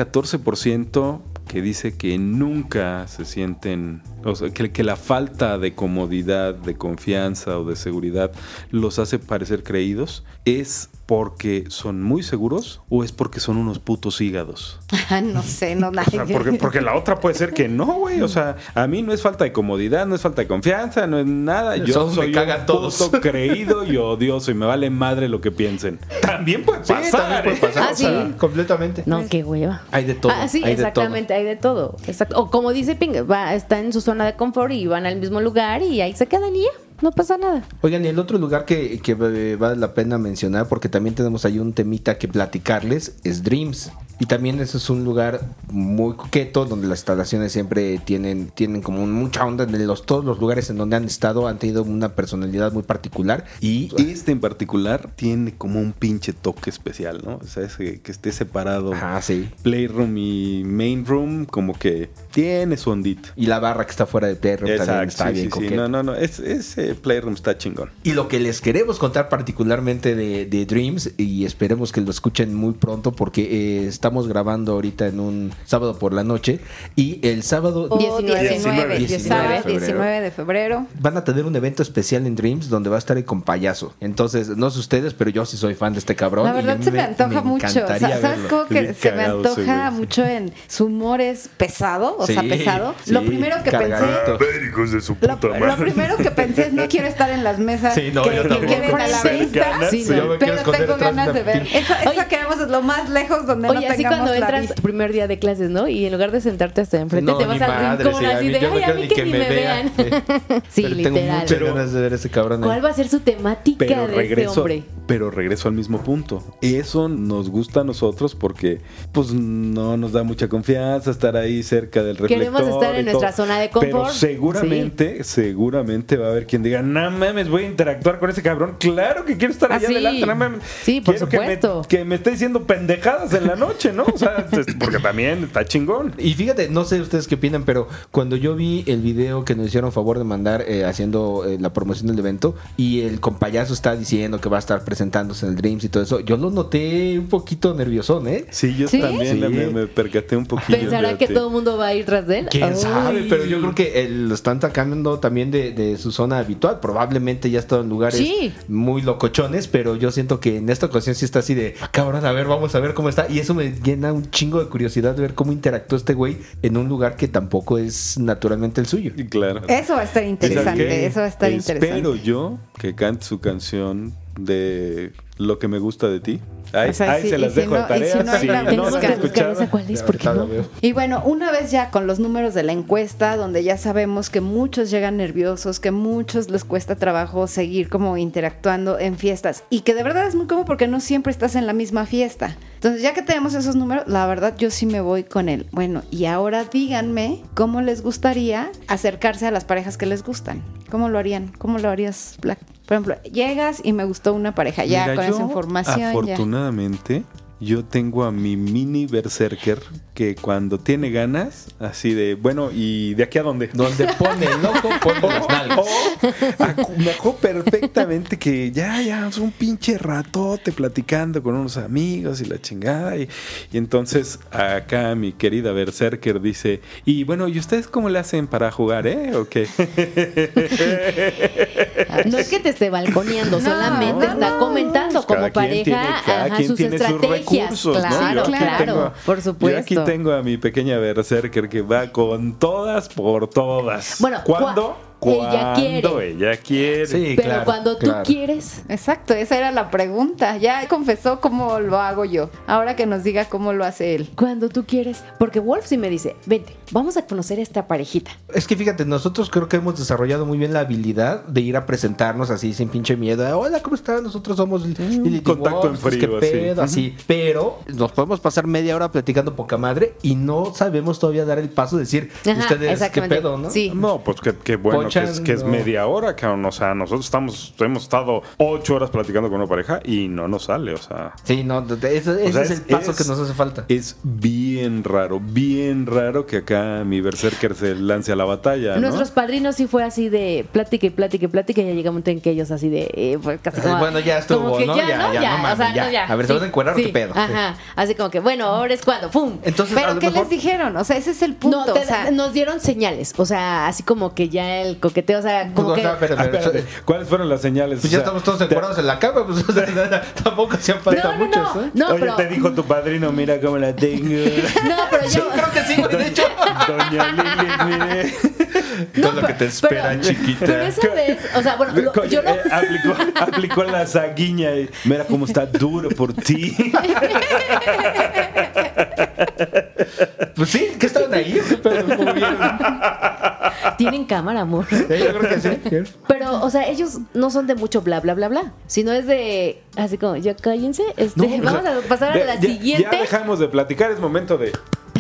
Speaker 5: 14% que dice que nunca se sienten, o sea, que, que la falta de comodidad, de confianza o de seguridad los hace parecer creídos, es porque son muy seguros o es porque son unos putos hígados?
Speaker 1: Ah, no sé, no
Speaker 5: O sea, porque, porque la otra puede ser que no, güey. O sea, a mí no es falta de comodidad, no es falta de confianza, no es nada. Yo
Speaker 4: Todos me
Speaker 5: soy
Speaker 4: cagan
Speaker 5: un
Speaker 4: todos.
Speaker 5: puto creído y odioso y me vale madre lo que piensen. También puede pasar.
Speaker 4: también puede
Speaker 5: ¿eh?
Speaker 4: pasar.
Speaker 6: Ah,
Speaker 4: o sea,
Speaker 6: sí.
Speaker 4: Completamente.
Speaker 6: No, qué hueva.
Speaker 4: Hay de todo.
Speaker 6: Ah, sí,
Speaker 4: hay de todo.
Speaker 6: exactamente, hay de todo. Exacto. O como dice Ping, va, está en su zona de confort y van al mismo lugar y ahí se quedan y ya, no pasa nada.
Speaker 4: Oigan, y el otro lugar que, que eh, vale la pena mencionar, porque también tenemos ahí un temita que platicarles, es Dreams. Y también eso es un lugar muy coqueto, donde las instalaciones siempre tienen, tienen como mucha onda. De los, todos los lugares en donde han estado han tenido una personalidad muy particular.
Speaker 5: Y
Speaker 6: Pues.
Speaker 5: este en particular tiene como un pinche toque especial, ¿no? O sea, ese- que esté separado
Speaker 4: Ajá, sí.
Speaker 5: Playroom y Main Room, como que tiene su ondita.
Speaker 4: Y la barra que está fuera del perro también está
Speaker 5: sí,
Speaker 4: bien
Speaker 5: sí, sí.
Speaker 4: coqueta.
Speaker 5: No, no, no. es- ese Playroom está chingón.
Speaker 4: Y lo que les queremos contar particularmente de, de Dreams, y esperemos que lo escuchen muy pronto, porque eh, estamos grabando ahorita en un sábado por la noche. Y el sábado
Speaker 1: Oh,
Speaker 6: 19.
Speaker 1: 19,
Speaker 4: 19
Speaker 1: sábado
Speaker 4: de febrero.
Speaker 1: 19 de febrero.
Speaker 4: van a tener un evento especial en Dreams donde va a estar el con payaso. Entonces, no sé ustedes, pero yo sí soy fan de este cabrón.
Speaker 1: La
Speaker 4: y
Speaker 1: verdad
Speaker 4: me-
Speaker 1: se me antoja mucho. Sa-
Speaker 4: encantaría
Speaker 1: ¿Sabes
Speaker 4: verlo.
Speaker 1: cómo
Speaker 5: Qué
Speaker 1: que se me
Speaker 5: cagado ese
Speaker 1: antoja
Speaker 5: güey.
Speaker 1: mucho en su humor es pesado? O sea,
Speaker 4: Sí,
Speaker 1: pesado. lo
Speaker 4: sí,
Speaker 1: primero que
Speaker 4: cargadito.
Speaker 1: pensé. Lo, lo primero que pensé es no quiero estar en las mesas
Speaker 4: Sí, no,
Speaker 1: que,
Speaker 4: yo
Speaker 1: que
Speaker 4: tampoco.
Speaker 1: queden a la
Speaker 3: Ser
Speaker 1: vista,
Speaker 3: ganas,
Speaker 1: Sí,
Speaker 3: sí,
Speaker 1: no,
Speaker 4: yo me quiero
Speaker 1: pero
Speaker 4: esconder
Speaker 1: tengo
Speaker 4: detrás de
Speaker 1: ganas
Speaker 4: una
Speaker 1: de ver.
Speaker 4: pila.
Speaker 1: Eso, eso
Speaker 6: Oye.
Speaker 1: queremos es lo más lejos donde no
Speaker 6: Oye, así
Speaker 1: tengamos
Speaker 6: cuando
Speaker 1: la
Speaker 6: entras
Speaker 1: vista.
Speaker 6: tu primer día de clases, ¿no? Y en lugar de sentarte hasta enfrente,
Speaker 4: No,
Speaker 6: te vas
Speaker 4: ni
Speaker 6: al
Speaker 4: madre,
Speaker 6: rincón
Speaker 4: sí, a
Speaker 6: así
Speaker 4: mí-
Speaker 6: de,
Speaker 4: yo no
Speaker 6: ay, a
Speaker 4: quiero
Speaker 6: mí que, ni me vean. sí,
Speaker 4: Pero tengo
Speaker 6: literal.
Speaker 4: muchas ganas de ver a ese cabrón. ahí.
Speaker 6: ¿Cuál va a ser su temática
Speaker 5: Pero
Speaker 6: de este
Speaker 5: regreso,
Speaker 6: hombre?
Speaker 5: pero regreso al mismo punto. Eso nos gusta a nosotros porque pues no nos da mucha confianza estar ahí cerca del reflector.
Speaker 6: Queremos estar en
Speaker 5: y
Speaker 6: nuestra zona de confort.
Speaker 5: Pero seguramente, seguramente va a haber quien diga, no mames, voy a interactuar con ese cabrón. Claro que quiero estar
Speaker 6: Ah,
Speaker 5: allá
Speaker 6: sí.
Speaker 5: adelante. No mames.
Speaker 6: Sí, por
Speaker 5: Quiero que me-
Speaker 6: supuesto.
Speaker 5: Que me, esté diciendo pendejadas en la noche, ¿no? O sea, es- porque también está chingón.
Speaker 4: Y fíjate, no sé ustedes qué opinan, pero cuando yo vi el video que nos hicieron favor de mandar eh, haciendo eh, la promoción del evento y el compayazo está diciendo que va a estar presentándose en el Dreams y todo eso, yo lo noté un poquito nerviosón, ¿eh?
Speaker 5: Sí, yo
Speaker 6: ¿Sí?
Speaker 5: también
Speaker 4: Sí.
Speaker 5: Me, me percaté un poquillo.
Speaker 6: ¿Pensará que
Speaker 5: fíjate.
Speaker 6: todo el mundo va a ir tras de él?
Speaker 4: ¿Quién
Speaker 6: Ay.
Speaker 4: sabe? Pero yo creo que eh, lo están sacando también de, de su zona habitual. Probablemente ya ha estado en lugares
Speaker 6: Sí.
Speaker 4: muy locochones, pero yo siento que en esta ocasión sí está así de, "Ah, cabrón, a ver, vamos a ver cómo está. Y eso me llena un chingo de curiosidad de ver cómo interactúa este güey en un lugar que tampoco es naturalmente el suyo.
Speaker 5: Y Claro.
Speaker 1: Eso va a estar
Speaker 5: ¿Y sabes
Speaker 1: interesante,
Speaker 5: qué?
Speaker 1: eso va a estar interesante.
Speaker 5: Espero yo que cante su canción de Lo que me gusta de ti. Ahí,
Speaker 1: O sea,
Speaker 5: ahí
Speaker 1: sí,
Speaker 5: se
Speaker 1: y
Speaker 5: las
Speaker 1: si
Speaker 5: dejo
Speaker 1: no-
Speaker 5: de
Speaker 1: y
Speaker 5: tarea.
Speaker 1: si no, ahí la buscan.
Speaker 5: la han
Speaker 6: Tenemos que
Speaker 1: escuchado.
Speaker 6: buscar
Speaker 5: escuchado,
Speaker 6: esa cuál es, porque
Speaker 4: Ahorita lo
Speaker 6: no.
Speaker 4: veo.
Speaker 1: Y bueno, una vez ya con los números de la encuesta, donde ya sabemos que muchos llegan nerviosos, que muchos les cuesta trabajo seguir como interactuando en fiestas y que de verdad es muy cómodo porque no siempre estás en la misma fiesta. Entonces, ya que tenemos esos números, la verdad yo sí me voy con él. Bueno, y ahora díganme cómo les gustaría acercarse a las parejas que les gustan. ¿Cómo lo harían? ¿Cómo lo harías, Black? Por ejemplo, llegas y me gustó una pareja, ya
Speaker 5: Mira,
Speaker 1: con esa
Speaker 5: yo,
Speaker 1: información ya.
Speaker 5: Afortunadamente, yo tengo a mi mini berserker que cuando tiene ganas, así de, bueno, ¿y de aquí a dónde?
Speaker 4: Donde pone el ojo, pone las nalgas.
Speaker 5: O acu- me acuerdo perfectamente que ya, ya, es un pinche ratote platicando con unos amigos y la chingada. Y, y entonces acá mi querida Berserker dice, y bueno, ¿y ustedes cómo le hacen para jugar, eh? ¿O qué?
Speaker 6: No es que te esté balconeando,
Speaker 1: No,
Speaker 6: solamente
Speaker 1: no,
Speaker 6: está
Speaker 1: no.
Speaker 6: comentando
Speaker 5: Pues
Speaker 6: como
Speaker 5: cada
Speaker 6: pareja
Speaker 5: quien tiene- cada
Speaker 6: ajá,
Speaker 5: quien
Speaker 6: sus
Speaker 5: tiene sus
Speaker 6: estrategias.
Speaker 5: recursos, ¿no?
Speaker 6: claro,
Speaker 1: Yo aquí
Speaker 6: claro,
Speaker 5: tengo-
Speaker 6: por
Speaker 5: Yo aquí
Speaker 6: supuesto.
Speaker 5: tengo a mi pequeña berserker que va con todas por todas.
Speaker 6: Bueno,
Speaker 5: ¿cuándo?
Speaker 6: cua- ella
Speaker 5: Cuando
Speaker 6: quiere.
Speaker 5: ella quiere.
Speaker 4: Sí,
Speaker 6: Pero
Speaker 4: claro,
Speaker 6: cuando tú
Speaker 4: claro.
Speaker 6: quieres,
Speaker 1: Exacto, esa era la pregunta. Ya confesó cómo lo hago yo. Ahora que nos diga cómo lo hace él.
Speaker 6: cuando tú quieres. Porque Wolf sí me dice, vente, vamos a conocer a esta parejita.
Speaker 4: Es que fíjate, nosotros creo que hemos desarrollado muy bien la habilidad de ir a presentarnos así sin pinche miedo. "Eh, Hola, ¿cómo están? Nosotros somos Lilith y
Speaker 5: contacto
Speaker 4: Wolf,
Speaker 5: en
Speaker 4: ¿qué
Speaker 5: frío, así.
Speaker 4: pedo? Así. Pero nos podemos pasar media hora platicando poca madre y no sabemos todavía dar el paso de decir,
Speaker 6: Ajá,
Speaker 4: ustedes qué
Speaker 6: exactamente.
Speaker 4: pedo, ¿no?
Speaker 6: Sí.
Speaker 5: No, pues qué, qué bueno que es, que es
Speaker 4: Pochando.
Speaker 5: media hora, cabrón. O sea, nosotros estamos, hemos estado ocho horas platicando con una pareja y no nos sale, o sea.
Speaker 4: Sí, no, de- de- ese,
Speaker 5: O
Speaker 4: ese
Speaker 5: sea,
Speaker 4: es,
Speaker 5: es-
Speaker 4: el paso
Speaker 5: es-
Speaker 4: que nos hace falta.
Speaker 5: Es bien raro, bien raro que acá mi berserker se lance a la batalla, ¿no?
Speaker 6: Nuestros padrinos sí fue así de plática y plática y plática. Y ya llega un momento en que ellos así de. eh, pues, casi como-
Speaker 4: Bueno, ya estuvo,
Speaker 6: como que
Speaker 4: ¿no? Ya, ya, no mames, ya. A ver, ¿se van a encuerar o qué pedo?
Speaker 6: Ajá. Así como que, bueno, ahora es cuando. ¡Pum!
Speaker 4: Entonces, a
Speaker 1: Pero
Speaker 4: lo
Speaker 1: ¿qué
Speaker 4: mejor-
Speaker 1: les dijeron? O sea, ese es el punto.
Speaker 6: no, te-
Speaker 1: o sea,
Speaker 6: nos dieron señales, o sea, así como que ya el coqueteo, o sea,
Speaker 4: Pues,
Speaker 6: como
Speaker 4: o
Speaker 6: que...
Speaker 4: sea, pero, pero-
Speaker 5: Espérate, ¿Cuáles fueron las señales?
Speaker 4: ah, pues
Speaker 5: Ah, O sea,
Speaker 4: ya estamos todos
Speaker 5: te-
Speaker 4: encuadrados en la cama, pues o sea, tampoco hacían falta
Speaker 6: no, no,
Speaker 4: muchos,
Speaker 6: no,
Speaker 4: ¿eh?
Speaker 6: no,
Speaker 5: Oye,
Speaker 6: pero,
Speaker 5: te dijo tu padrino, mira cómo la tengo.
Speaker 6: no, pero yo...
Speaker 4: Creo que sí, güey, de hecho.
Speaker 5: Doña Lili, mire.
Speaker 6: No,
Speaker 5: Todo lo que te
Speaker 6: pero-
Speaker 5: espera,
Speaker 6: pero-
Speaker 5: chiquita.
Speaker 6: Pero esa vez, o sea, bueno, lo-
Speaker 5: Coño,
Speaker 6: yo lo...
Speaker 5: eh, aplicó, aplicó la zaguiña y mira cómo está duro por ti.
Speaker 4: Pues sí, que estaban ahí, o qué pedo? ¿Cómo vieron?
Speaker 6: Tienen cámara, amor.
Speaker 4: Eh, Yo creo que sí.
Speaker 6: Pero, o sea, ellos no son de mucho bla, bla, bla, bla. Sino es de, así como, ya cállense, este,
Speaker 5: No, o
Speaker 6: vamos
Speaker 5: sea,
Speaker 6: a pasar a
Speaker 5: ya-
Speaker 6: la
Speaker 5: ya-
Speaker 6: siguiente.
Speaker 5: Ya dejamos de platicar, es momento de.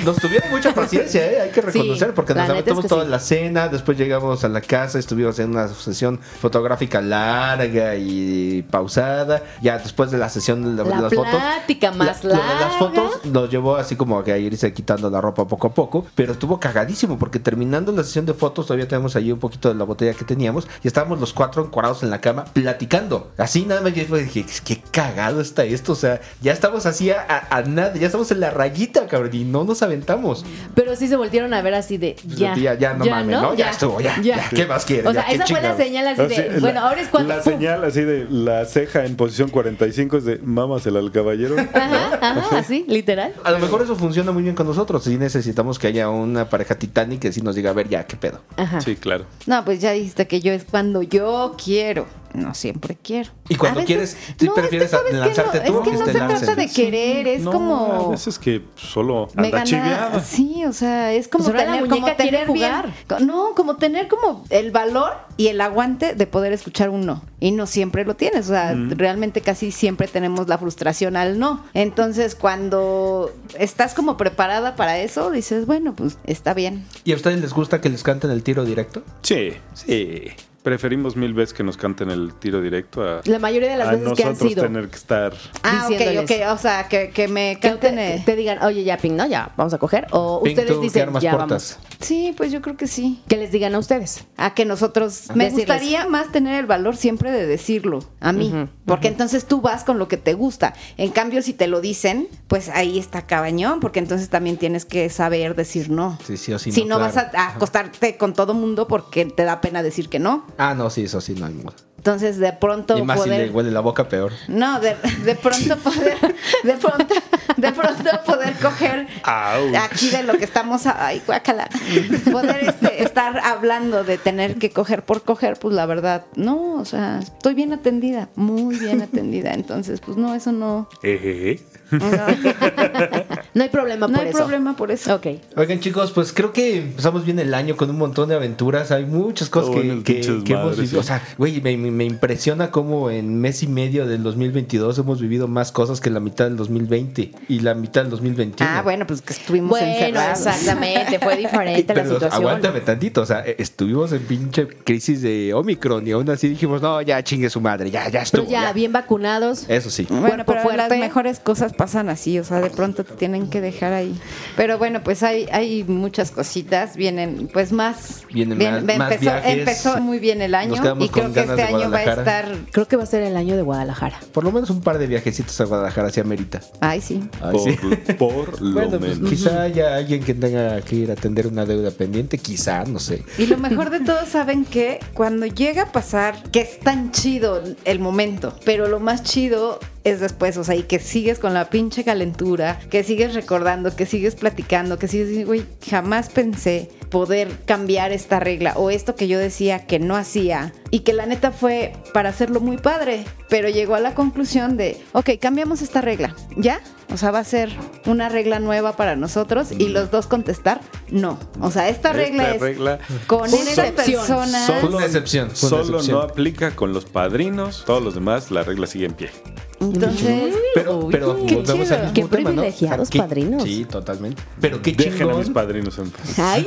Speaker 4: Nos tuvieron mucha paciencia, ¿eh? hay que reconocer,
Speaker 6: Sí,
Speaker 4: porque nos
Speaker 6: la neta es
Speaker 4: aventamos
Speaker 6: que
Speaker 4: toda
Speaker 6: sí.
Speaker 4: la cena, después llegamos a la casa, estuvimos en una sesión fotográfica larga y pausada, ya después de la sesión de, la-
Speaker 6: La
Speaker 4: de las fotos.
Speaker 6: plática más
Speaker 4: lo de las
Speaker 6: larga.
Speaker 4: fotos nos llevó así como que a irse quitando la ropa poco a poco, pero estuvo cagadísimo, porque terminando la sesión de fotos, todavía tenemos ahí un poquito de la botella que teníamos, y estábamos los cuatro encuadrados en la cama platicando. Así nada más, yo dije, qué cagado está esto, o sea, ya estamos así a, a- a nada, ya estamos en la rayita, cabrón, y no nos aventamos.
Speaker 6: Pero sí se volvieron a ver así de
Speaker 4: Pues,
Speaker 6: ya.
Speaker 4: ya, ya, no mames, ¿no? Ya estuvo, ya, ya, ¿qué más quieres?
Speaker 6: O
Speaker 4: Ya,
Speaker 6: sea,
Speaker 4: qué
Speaker 6: esa fue la
Speaker 4: chingados. Ah,
Speaker 6: señal así
Speaker 5: Así,
Speaker 6: de.
Speaker 5: Ah, la-
Speaker 6: bueno, ahora es cuando.
Speaker 5: La
Speaker 6: ¡pum!
Speaker 5: señal así de la ceja en posición 45 es de mámasela al caballero.
Speaker 6: Ajá, ajá, así, literal.
Speaker 4: A lo mejor eso funciona muy bien con nosotros, sí necesitamos que haya una pareja Titanic que sí nos diga, a ver, ya, qué pedo.
Speaker 6: Ajá.
Speaker 5: Sí, claro.
Speaker 1: No, pues ya dijiste que yo es cuando yo quiero. No siempre quiero.
Speaker 4: Y cuando
Speaker 1: A
Speaker 4: quieres, ¿tú prefieres
Speaker 1: ¿sabes qué?
Speaker 4: lanzarte tú
Speaker 1: es
Speaker 4: o
Speaker 1: que
Speaker 4: que
Speaker 1: no
Speaker 4: te
Speaker 1: se trata
Speaker 4: lancen?
Speaker 1: de querer, es
Speaker 5: No, A
Speaker 1: como.
Speaker 5: veces que solo
Speaker 1: Me
Speaker 5: anda
Speaker 1: gana,
Speaker 5: chiveada.
Speaker 1: sí, o sea, es como
Speaker 6: Pues ahora la
Speaker 1: tener,
Speaker 6: muñeca
Speaker 1: como tener
Speaker 6: quiere
Speaker 1: bien-
Speaker 6: jugar.
Speaker 1: co- no, como tener como el valor y el aguante de poder escuchar un no. Y no siempre lo tienes, o sea, realmente casi siempre tenemos la frustración al no. Entonces, cuando estás como preparada para eso, dices, bueno, pues está bien.
Speaker 4: ¿Y a ustedes les gusta que les canten el tiro directo?
Speaker 5: Sí, sí. Preferimos mil veces que nos canten el tiro directo a,
Speaker 6: La mayoría de las
Speaker 5: a
Speaker 6: veces que han
Speaker 5: nosotros
Speaker 6: sido.
Speaker 5: tener que estar.
Speaker 1: Ah, ok, ok,
Speaker 6: Diciéndoles.
Speaker 1: o sea, que, que me
Speaker 6: que
Speaker 1: canten...
Speaker 6: te,
Speaker 1: eh.
Speaker 6: te digan, oye, ya, Ping, ¿no? Ya, vamos a coger. O
Speaker 4: Pink,
Speaker 6: ustedes
Speaker 4: tú, ¿qué
Speaker 6: dicen,
Speaker 4: armas
Speaker 6: ya
Speaker 4: portas?
Speaker 6: vamos.
Speaker 1: Sí, pues yo creo que sí.
Speaker 6: Que les digan a ustedes.
Speaker 1: a que nosotros me
Speaker 6: Decirles.
Speaker 1: gustaría más tener el valor siempre de decirlo a mí
Speaker 6: Ujú,
Speaker 1: porque entonces tú vas con lo que te gusta en cambio si te lo dicen pues ahí está cabañón porque entonces también tienes que saber decir no
Speaker 4: Sí, sí o sí
Speaker 1: si
Speaker 4: no,
Speaker 1: no,
Speaker 4: claro.
Speaker 1: vas a- a acostarte con todo mundo porque te da pena decir que no
Speaker 4: Ah, no, sí, eso sí, no hay modo.
Speaker 1: entonces de pronto
Speaker 4: Y más si
Speaker 1: poder
Speaker 4: le huele la boca, peor.
Speaker 1: no de, de pronto poder de pronto de pronto poder coger
Speaker 5: Au.
Speaker 1: aquí de lo que estamos ay guácala poder este, estar hablando de tener que coger por coger pues la verdad no o sea estoy bien atendida muy bien atendida entonces pues no eso no
Speaker 5: eh, Ejeje.
Speaker 6: No hay problema
Speaker 1: no
Speaker 6: por
Speaker 1: hay
Speaker 6: eso.
Speaker 1: problema por eso
Speaker 6: Ok.
Speaker 4: Oigan, chicos, pues creo que empezamos bien el año con un montón de aventuras. Hay muchas cosas
Speaker 5: Todo en
Speaker 4: que,
Speaker 5: el
Speaker 4: que-
Speaker 5: pinche
Speaker 4: que hemos
Speaker 5: desmadre,
Speaker 4: vivido. O
Speaker 5: sí.
Speaker 4: sea, güey, me, me- me impresiona cómo en mes y medio del 2022 hemos vivido más cosas que la mitad del 2020 y la mitad del 2021.
Speaker 1: ah bueno pues que estuvimos
Speaker 6: Bueno,
Speaker 1: encerrados
Speaker 6: exactamente. Fue diferente la
Speaker 4: Pero
Speaker 6: situación.
Speaker 4: aguántame tantito, o sea, eh, estuvimos en pinche crisis de Omicron y aún así dijimos, no, ya chingue su madre, ya, ya estuvo.
Speaker 6: Pero ya,
Speaker 4: ya". Eh.
Speaker 6: bien vacunados.
Speaker 4: Eso sí.
Speaker 1: Bueno,
Speaker 6: cuerpo
Speaker 1: pero
Speaker 6: fuerte.
Speaker 1: las mejores cosas pasan así, o sea, de pronto te tienen que dejar ahí. Pero bueno, pues hay, hay muchas cositas, vienen pues más.
Speaker 4: Vienen
Speaker 1: Bien-
Speaker 4: más- más
Speaker 1: empezó,
Speaker 4: viajes.
Speaker 1: empezó muy bien el año
Speaker 4: Nos quedamos
Speaker 1: y creo
Speaker 4: con
Speaker 1: que
Speaker 4: ganas
Speaker 1: este
Speaker 4: de
Speaker 1: año va a
Speaker 4: Guadalajara.
Speaker 1: estar.
Speaker 6: Creo que va a ser el año de Guadalajara.
Speaker 4: Por lo menos un par de viajecitos a Guadalajara hacia Merita.
Speaker 1: Ay, sí.
Speaker 5: Por, por lo
Speaker 4: Bueno, pues,
Speaker 5: menos.
Speaker 4: quizá haya alguien que tenga que ir a atender una deuda pendiente, quizá, no sé.
Speaker 1: Y lo mejor de todo, saben que cuando llega a pasar, que es tan chido el momento, pero lo más chido es después, o sea, y que sigues con la pinche calentura, que sigues recordando, que sigues platicando, que sigues diciendo, güey, jamás pensé poder cambiar esta regla o esto que yo decía que no hacía y que la neta fue para hacerlo muy padre, pero llegó a la conclusión de, ok, cambiamos esta regla, ¿ya? O sea, va a ser una regla nueva para nosotros y los dos contestar, no. O sea, esta,
Speaker 5: Esta
Speaker 1: regla es
Speaker 5: regla
Speaker 1: con
Speaker 6: Son-
Speaker 1: esa
Speaker 6: son-
Speaker 1: persona.
Speaker 4: son- Fue una excepción, fue una
Speaker 5: solo
Speaker 4: excepción.
Speaker 5: no aplica con los padrinos. Todos los demás, la regla sigue en pie.
Speaker 1: Entonces,
Speaker 4: Pero, pero
Speaker 1: qué
Speaker 4: volvemos
Speaker 1: chido.
Speaker 4: al mismo
Speaker 6: Qué
Speaker 4: tema, ¿no?
Speaker 6: privilegiados
Speaker 4: O sea, qué-
Speaker 6: padrinos.
Speaker 4: Sí, totalmente. Pero qué
Speaker 5: Dejen a mis
Speaker 4: chingón
Speaker 5: padrinos en paz.
Speaker 6: Ay,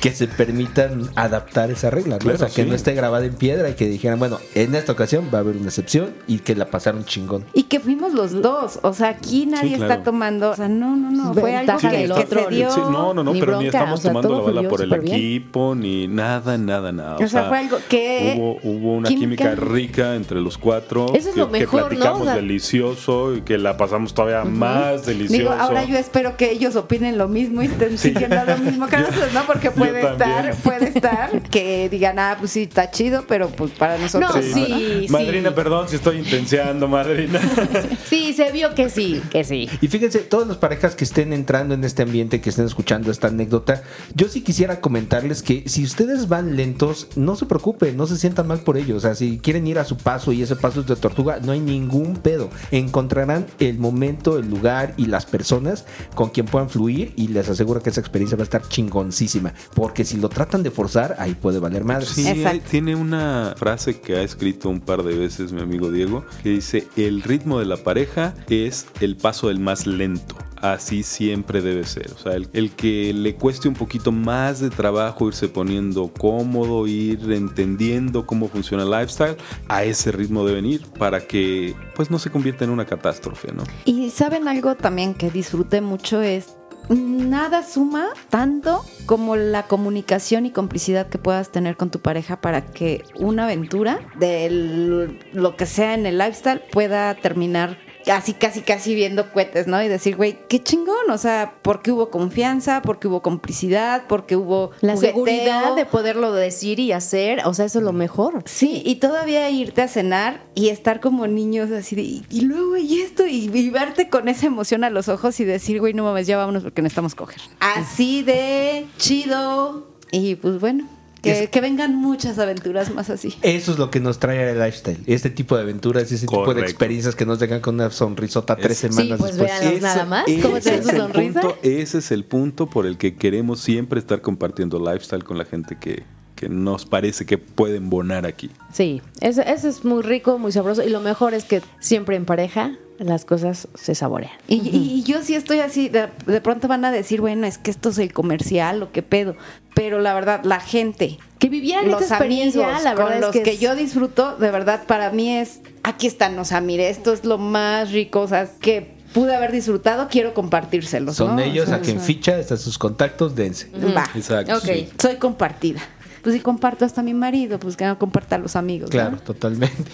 Speaker 4: que se permitan adaptar esa regla, ¿no?
Speaker 5: Claro,
Speaker 4: o sea, que
Speaker 5: sí.
Speaker 4: no esté grabada en piedra y que dijeran, bueno, en esta ocasión va a haber una excepción y que la pasaron chingón.
Speaker 1: y que fuimos los dos. O sea, aquí nadie
Speaker 5: claro.
Speaker 1: está tomando. O sea, no, no, no. Fue algo
Speaker 6: Ventaja
Speaker 1: que,
Speaker 6: del
Speaker 1: que
Speaker 6: otro.
Speaker 1: se dio.
Speaker 5: Sí, no, no, no,
Speaker 6: ni
Speaker 5: pero ni
Speaker 6: bronca,
Speaker 5: estamos
Speaker 6: o sea,
Speaker 5: tomando
Speaker 6: todo
Speaker 5: la bala
Speaker 6: fluyó
Speaker 5: por el
Speaker 6: súper bien.
Speaker 5: equipo, ni nada, nada, nada.
Speaker 1: O sea, fue algo que-
Speaker 5: Hubo, hubo una química
Speaker 1: química
Speaker 5: rica entre los cuatro.
Speaker 6: Eso es lo mejor, ¿no?
Speaker 1: o sea,
Speaker 5: delicioso y que la pasamos todavía más delicioso.
Speaker 1: Digo, ahora yo espero que ellos opinen lo mismo y estén
Speaker 5: Sí.
Speaker 1: siguiendo lo mismo que
Speaker 5: Yo-
Speaker 1: nosotros, ¿no? Porque
Speaker 5: yo
Speaker 1: puede
Speaker 5: también.
Speaker 1: estar, puede estar que digan, ah, pues sí, está chido, pero pues para nosotros.
Speaker 6: No,
Speaker 1: ¿no?
Speaker 6: sí,
Speaker 5: Madrina,
Speaker 6: sí.
Speaker 5: perdón si estoy intenseando, madrina.
Speaker 6: Sí, se vio que sí, que sí.
Speaker 4: Y fíjense, todas las parejas que estén entrando en este ambiente, que estén escuchando esta anécdota, yo sí quisiera comentarles que si ustedes van lentos, no se preocupen, no se sientan mal por ello. O sea, si quieren ir a su paso y ese paso es de tortuga, no hay ningún pedo. Encontrarán el momento, el lugar y las personas con quien puedan fluir y les aseguro que esa experiencia va a estar chingoncísima. Porque si lo tratan de forzar, ahí puede valer madre.
Speaker 5: Sí,
Speaker 1: Exacto.
Speaker 5: hay- tiene una frase que ha escrito un par de veces mi amigo Diego, que dice, el ritmo de la pareja es el paso del más lento. Así siempre debe ser. O sea, el, el que le cueste un poquito más de trabajo irse poniendo cómodo, ir entendiendo cómo funciona el lifestyle, a ese ritmo deben ir para que pues no se convierta en una catástrofe, ¿no?
Speaker 1: Y saben algo también que disfruté mucho es nada suma tanto como la comunicación y complicidad que puedas tener con tu pareja para que una aventura de l- lo que sea en el lifestyle pueda terminar casi casi casi viendo cohetes, ¿no? Y decir, güey, qué chingón, o sea, porque hubo confianza, porque hubo complicidad, porque hubo
Speaker 6: La
Speaker 1: jugueteo.
Speaker 6: seguridad de poderlo decir y hacer, o sea, eso es lo mejor.
Speaker 1: Sí, y todavía irte a cenar y estar como niños así de, y, y luego, y esto, y, y verte con esa emoción a los ojos y decir, güey, no mames, ya vámonos porque necesitamos coger. Así de chido. Y pues bueno, que,
Speaker 4: Es-
Speaker 1: que vengan muchas aventuras más así.
Speaker 4: Eso es lo que nos trae el lifestyle. Este tipo de aventuras, ese tipo
Speaker 5: Correcto.
Speaker 4: de experiencias que nos dejan con una sonrisota tres
Speaker 5: Es-
Speaker 4: semanas
Speaker 6: Sí, pues
Speaker 4: después.
Speaker 6: véanlos nada más.
Speaker 5: Ese-
Speaker 6: ¿Cómo
Speaker 5: ese
Speaker 6: tiene su
Speaker 5: es el
Speaker 6: sonrisa?
Speaker 5: punto- ese es el punto por el que queremos siempre estar compartiendo lifestyle con la gente que, que nos parece que pueden bonar aquí.
Speaker 6: Sí, eso, eso es muy rico, muy sabroso. Y lo mejor es que siempre en pareja las cosas se saborean.
Speaker 1: Y, y- y yo sí estoy así, de, de pronto van a decir, bueno, es que esto es el comercial o qué pedo. Pero la verdad, la gente,
Speaker 6: Que vivieran
Speaker 1: los
Speaker 6: esta experiencia,
Speaker 1: amigos
Speaker 6: la verdad
Speaker 1: con
Speaker 6: es
Speaker 1: los
Speaker 6: que,
Speaker 1: que,
Speaker 6: es-
Speaker 1: yo disfruto, de verdad, para mí es, aquí están, o sea, mire, esto es lo más rico, o sea, que pude haber disfrutado, quiero compartírselo.
Speaker 4: Son ellos a quien ficha, están sus contactos, dense.
Speaker 1: Va,
Speaker 5: Exacto.
Speaker 6: Ok. sí.
Speaker 1: soy compartida. Pues si comparto hasta a mi marido, pues que no comparta a los amigos.
Speaker 4: Claro,
Speaker 1: ¿no?
Speaker 4: totalmente.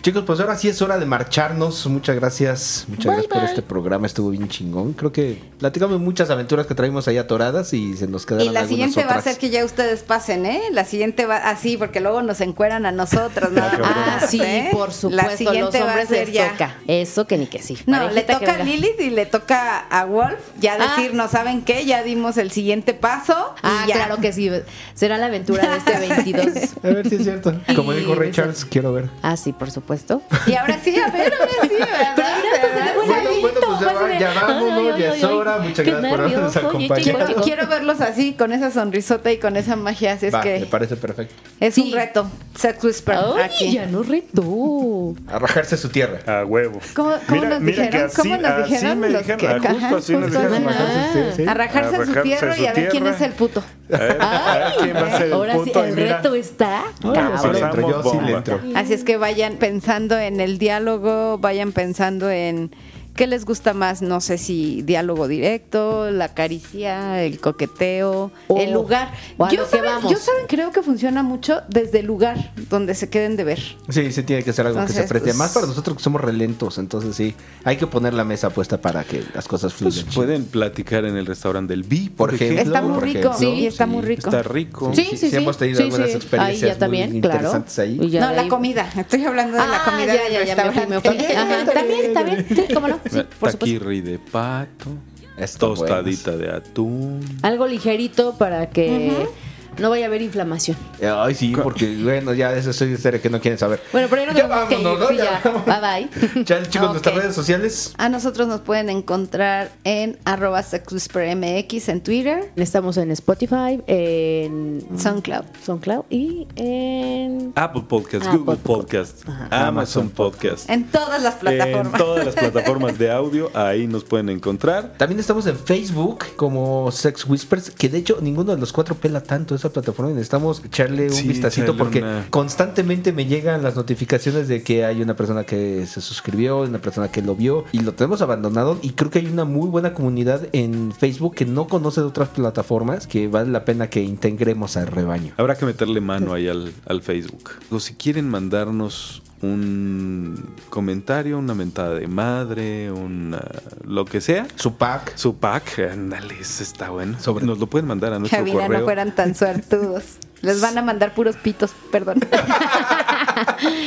Speaker 4: Chicos, pues ahora sí es hora de marcharnos. Muchas gracias. Muchas gracias por este programa. Estuvo bien chingón. Creo que platicamos muchas aventuras que traímos ahí atoradas y se nos quedaron
Speaker 1: Y la
Speaker 4: algunas
Speaker 1: siguiente va a
Speaker 4: otras.
Speaker 1: ser que ya ustedes pasen, ¿eh? La siguiente va así, porque luego nos encueran a nosotros. nada
Speaker 5: Ah,
Speaker 1: más,
Speaker 6: Ah, sí,
Speaker 1: ¿eh?
Speaker 6: por supuesto,
Speaker 1: La siguiente
Speaker 6: los
Speaker 1: va a
Speaker 6: hombres
Speaker 1: ser
Speaker 6: les
Speaker 1: ya.
Speaker 6: toca. Eso que ni que sí.
Speaker 1: No, le
Speaker 6: Parejita que
Speaker 1: toca a
Speaker 6: venga.
Speaker 1: Lilith y le toca a Wolf ya
Speaker 6: Ah.
Speaker 1: decir, no saben qué, ya dimos el siguiente paso. y
Speaker 6: Ah,
Speaker 1: ya.
Speaker 6: claro que sí. Será la aventura de este 22.
Speaker 4: A ver si es cierto. Como
Speaker 6: Y-
Speaker 4: dijo Richards, quiero ver.
Speaker 6: Ah, sí, por supuesto.
Speaker 1: Y ahora sí, a ver, ahora sí, ¿verdad? ¿verdad?
Speaker 4: Bueno, bueno, pues ya,
Speaker 6: Pues,
Speaker 4: va- ya
Speaker 6: ay,
Speaker 4: vámonos,
Speaker 6: ay,
Speaker 4: ya
Speaker 6: ay,
Speaker 4: es hora.
Speaker 6: ay,
Speaker 4: Muchas
Speaker 6: qué
Speaker 4: gracias por habernos
Speaker 6: nervioso, oye,
Speaker 4: acompañado.
Speaker 1: Quiero, quiero verlos así, con esa sonrisota y con esa magia, así es
Speaker 4: Va, me
Speaker 1: que
Speaker 4: parece perfecto.
Speaker 1: es
Speaker 6: Sí.
Speaker 1: un reto. Sex Whisper
Speaker 6: Ay,
Speaker 1: aquí.
Speaker 6: ya no retó.
Speaker 4: A rajarse su tierra.
Speaker 5: A huevo.
Speaker 1: ¿Cómo, cómo nos dijeron? ¿Cómo nos dijeron?
Speaker 5: me
Speaker 1: los
Speaker 5: dijeron,
Speaker 1: que-
Speaker 5: ah,
Speaker 1: ajá,
Speaker 5: justo así nos
Speaker 1: justo
Speaker 5: dijeron.
Speaker 1: así.
Speaker 5: ajá.
Speaker 1: A rajarse su
Speaker 5: A rajarse
Speaker 1: tierra
Speaker 5: su
Speaker 1: y a ver quién
Speaker 5: tierra.
Speaker 1: es el puto.
Speaker 5: A ver, a ver quién va a ser el
Speaker 6: Ahora sí,
Speaker 5: punto y
Speaker 6: el
Speaker 5: mira.
Speaker 6: reto está.
Speaker 4: Ahora sí le
Speaker 5: Pasamos
Speaker 4: entro, yo sí le
Speaker 5: bomba.
Speaker 4: entro.
Speaker 1: Así es que vayan pensando en el diálogo, vayan pensando en qué les gusta más, no sé si diálogo directo, la caricia, el coqueteo,
Speaker 6: O-
Speaker 1: el lugar.
Speaker 6: Oh, o a
Speaker 1: yo
Speaker 6: lo que
Speaker 1: saben-
Speaker 6: vamos.
Speaker 1: yo saben, creo que funciona mucho desde el lugar donde se queden de ver.
Speaker 4: Sí, sí tiene que ser algo que se
Speaker 1: Entonces,
Speaker 4: preste.
Speaker 1: pues-
Speaker 4: Más para nosotros que somos relentos, entonces sí, hay que poner la mesa puesta para que las cosas
Speaker 5: Pues
Speaker 4: fluyan.
Speaker 5: pueden platicar en el restaurante del B,
Speaker 4: Por ejemplo,
Speaker 1: Está muy
Speaker 4: por
Speaker 1: rico,
Speaker 4: ejemplo,
Speaker 1: sí, está muy rico.
Speaker 5: Está rico.
Speaker 6: Sí, sí, sí.
Speaker 4: hemos tenido
Speaker 6: Sí,
Speaker 4: algunas
Speaker 6: sí.
Speaker 4: experiencias
Speaker 6: Ahí ya también,
Speaker 4: muy
Speaker 6: claro.
Speaker 4: interesantes ahí.
Speaker 6: Y ya
Speaker 1: no,
Speaker 6: de
Speaker 1: la
Speaker 6: ahí- Ah,
Speaker 1: comida. Estoy hablando de la comida
Speaker 6: ya,
Speaker 1: del
Speaker 6: ya, ya, me fui,
Speaker 1: restaurante.
Speaker 6: me fui. Ajá, También, también, sí, cómo no, sí, por supuesto.
Speaker 5: Taquirri de pato.
Speaker 4: Están
Speaker 5: Tostadita de atún.
Speaker 6: Algo ligerito para que no vaya a haber inflamación.
Speaker 4: Ay, sí, porque bueno, ya eso soy de serie que no quieren saber.
Speaker 6: Bueno, pero ya nos
Speaker 4: ya
Speaker 6: tenemos que
Speaker 4: vámonos,
Speaker 6: ir,
Speaker 4: ¿no?
Speaker 6: sí,
Speaker 4: Ya
Speaker 6: ya.
Speaker 4: vámonos.
Speaker 6: Bye, bye.
Speaker 4: Ya, chicos, nuestras
Speaker 6: Ok.
Speaker 4: redes sociales.
Speaker 1: A nosotros nos pueden encontrar en arroba sexwhispermx en Twitter,
Speaker 6: Estamos en Spotify, en
Speaker 1: SoundCloud.
Speaker 6: SoundCloud y en
Speaker 5: Apple Podcast,
Speaker 6: Ah, Apple
Speaker 5: Google Podcast, Amazon Podcast.
Speaker 1: En todas las plataformas.
Speaker 5: En todas las plataformas de audio, ahí nos pueden encontrar.
Speaker 4: También estamos en Facebook como Sex Whispers, que de hecho ninguno de los cuatro pela tanto esa plataforma y necesitamos echarle un
Speaker 5: Sí,
Speaker 4: vistacito
Speaker 5: echarle
Speaker 4: porque
Speaker 5: una-
Speaker 4: constantemente me llegan las notificaciones de que hay una persona que se suscribió, una persona que lo vio y lo tenemos abandonado y creo que hay una muy buena comunidad en Facebook que no conoce de otras plataformas que vale la pena que integremos al rebaño.
Speaker 5: Habrá que meterle mano ahí al, al Facebook. O si quieren mandarnos un comentario, una mentada de madre, una, lo que sea.
Speaker 4: Su pack.
Speaker 5: Su pack, ándale, ese está bueno.
Speaker 4: Sobre-
Speaker 5: Nos lo pueden mandar a nuestro
Speaker 1: Cabina,
Speaker 5: correo.
Speaker 1: no fueran tan suertudos. Les van a mandar puros pitos, perdón.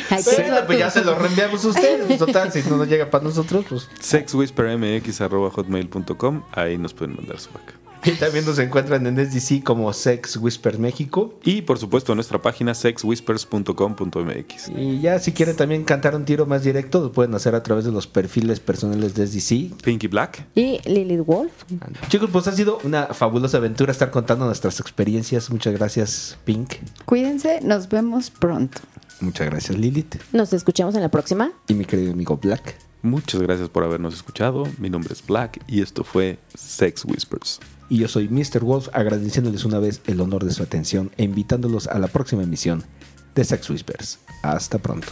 Speaker 6: Ay, qué
Speaker 4: Bueno, pues ya
Speaker 6: suerte.
Speaker 4: se lo reenviamos a ustedes. Pues, Total, si no nos llega para nosotros, pues.
Speaker 5: sexwhispermx.hotmail.com, ahí nos pueden mandar su pack.
Speaker 4: Y también nos encuentran en SDC como Sex Whisper México.
Speaker 5: Y por supuesto nuestra página sexwhispers.com.mx.
Speaker 4: Y ya si quieren también cantar un tiro más directo, lo pueden hacer a través de los perfiles personales de SDC.
Speaker 5: Pinky Black.
Speaker 6: Y Lilith Wolf.
Speaker 4: Chicos, pues ha sido una fabulosa aventura estar contando nuestras experiencias. Muchas gracias, Pink.
Speaker 1: Cuídense, nos vemos pronto.
Speaker 4: Muchas gracias, Lilith.
Speaker 6: Nos escuchamos en la próxima.
Speaker 4: Y mi querido amigo Black.
Speaker 5: Muchas gracias por habernos escuchado. Mi nombre es Black y esto fue Sex Whispers.
Speaker 4: Y yo soy Mr. Wolf, agradeciéndoles una vez el honor de su atención e invitándolos a la próxima emisión de Sex Whispers. Hasta pronto.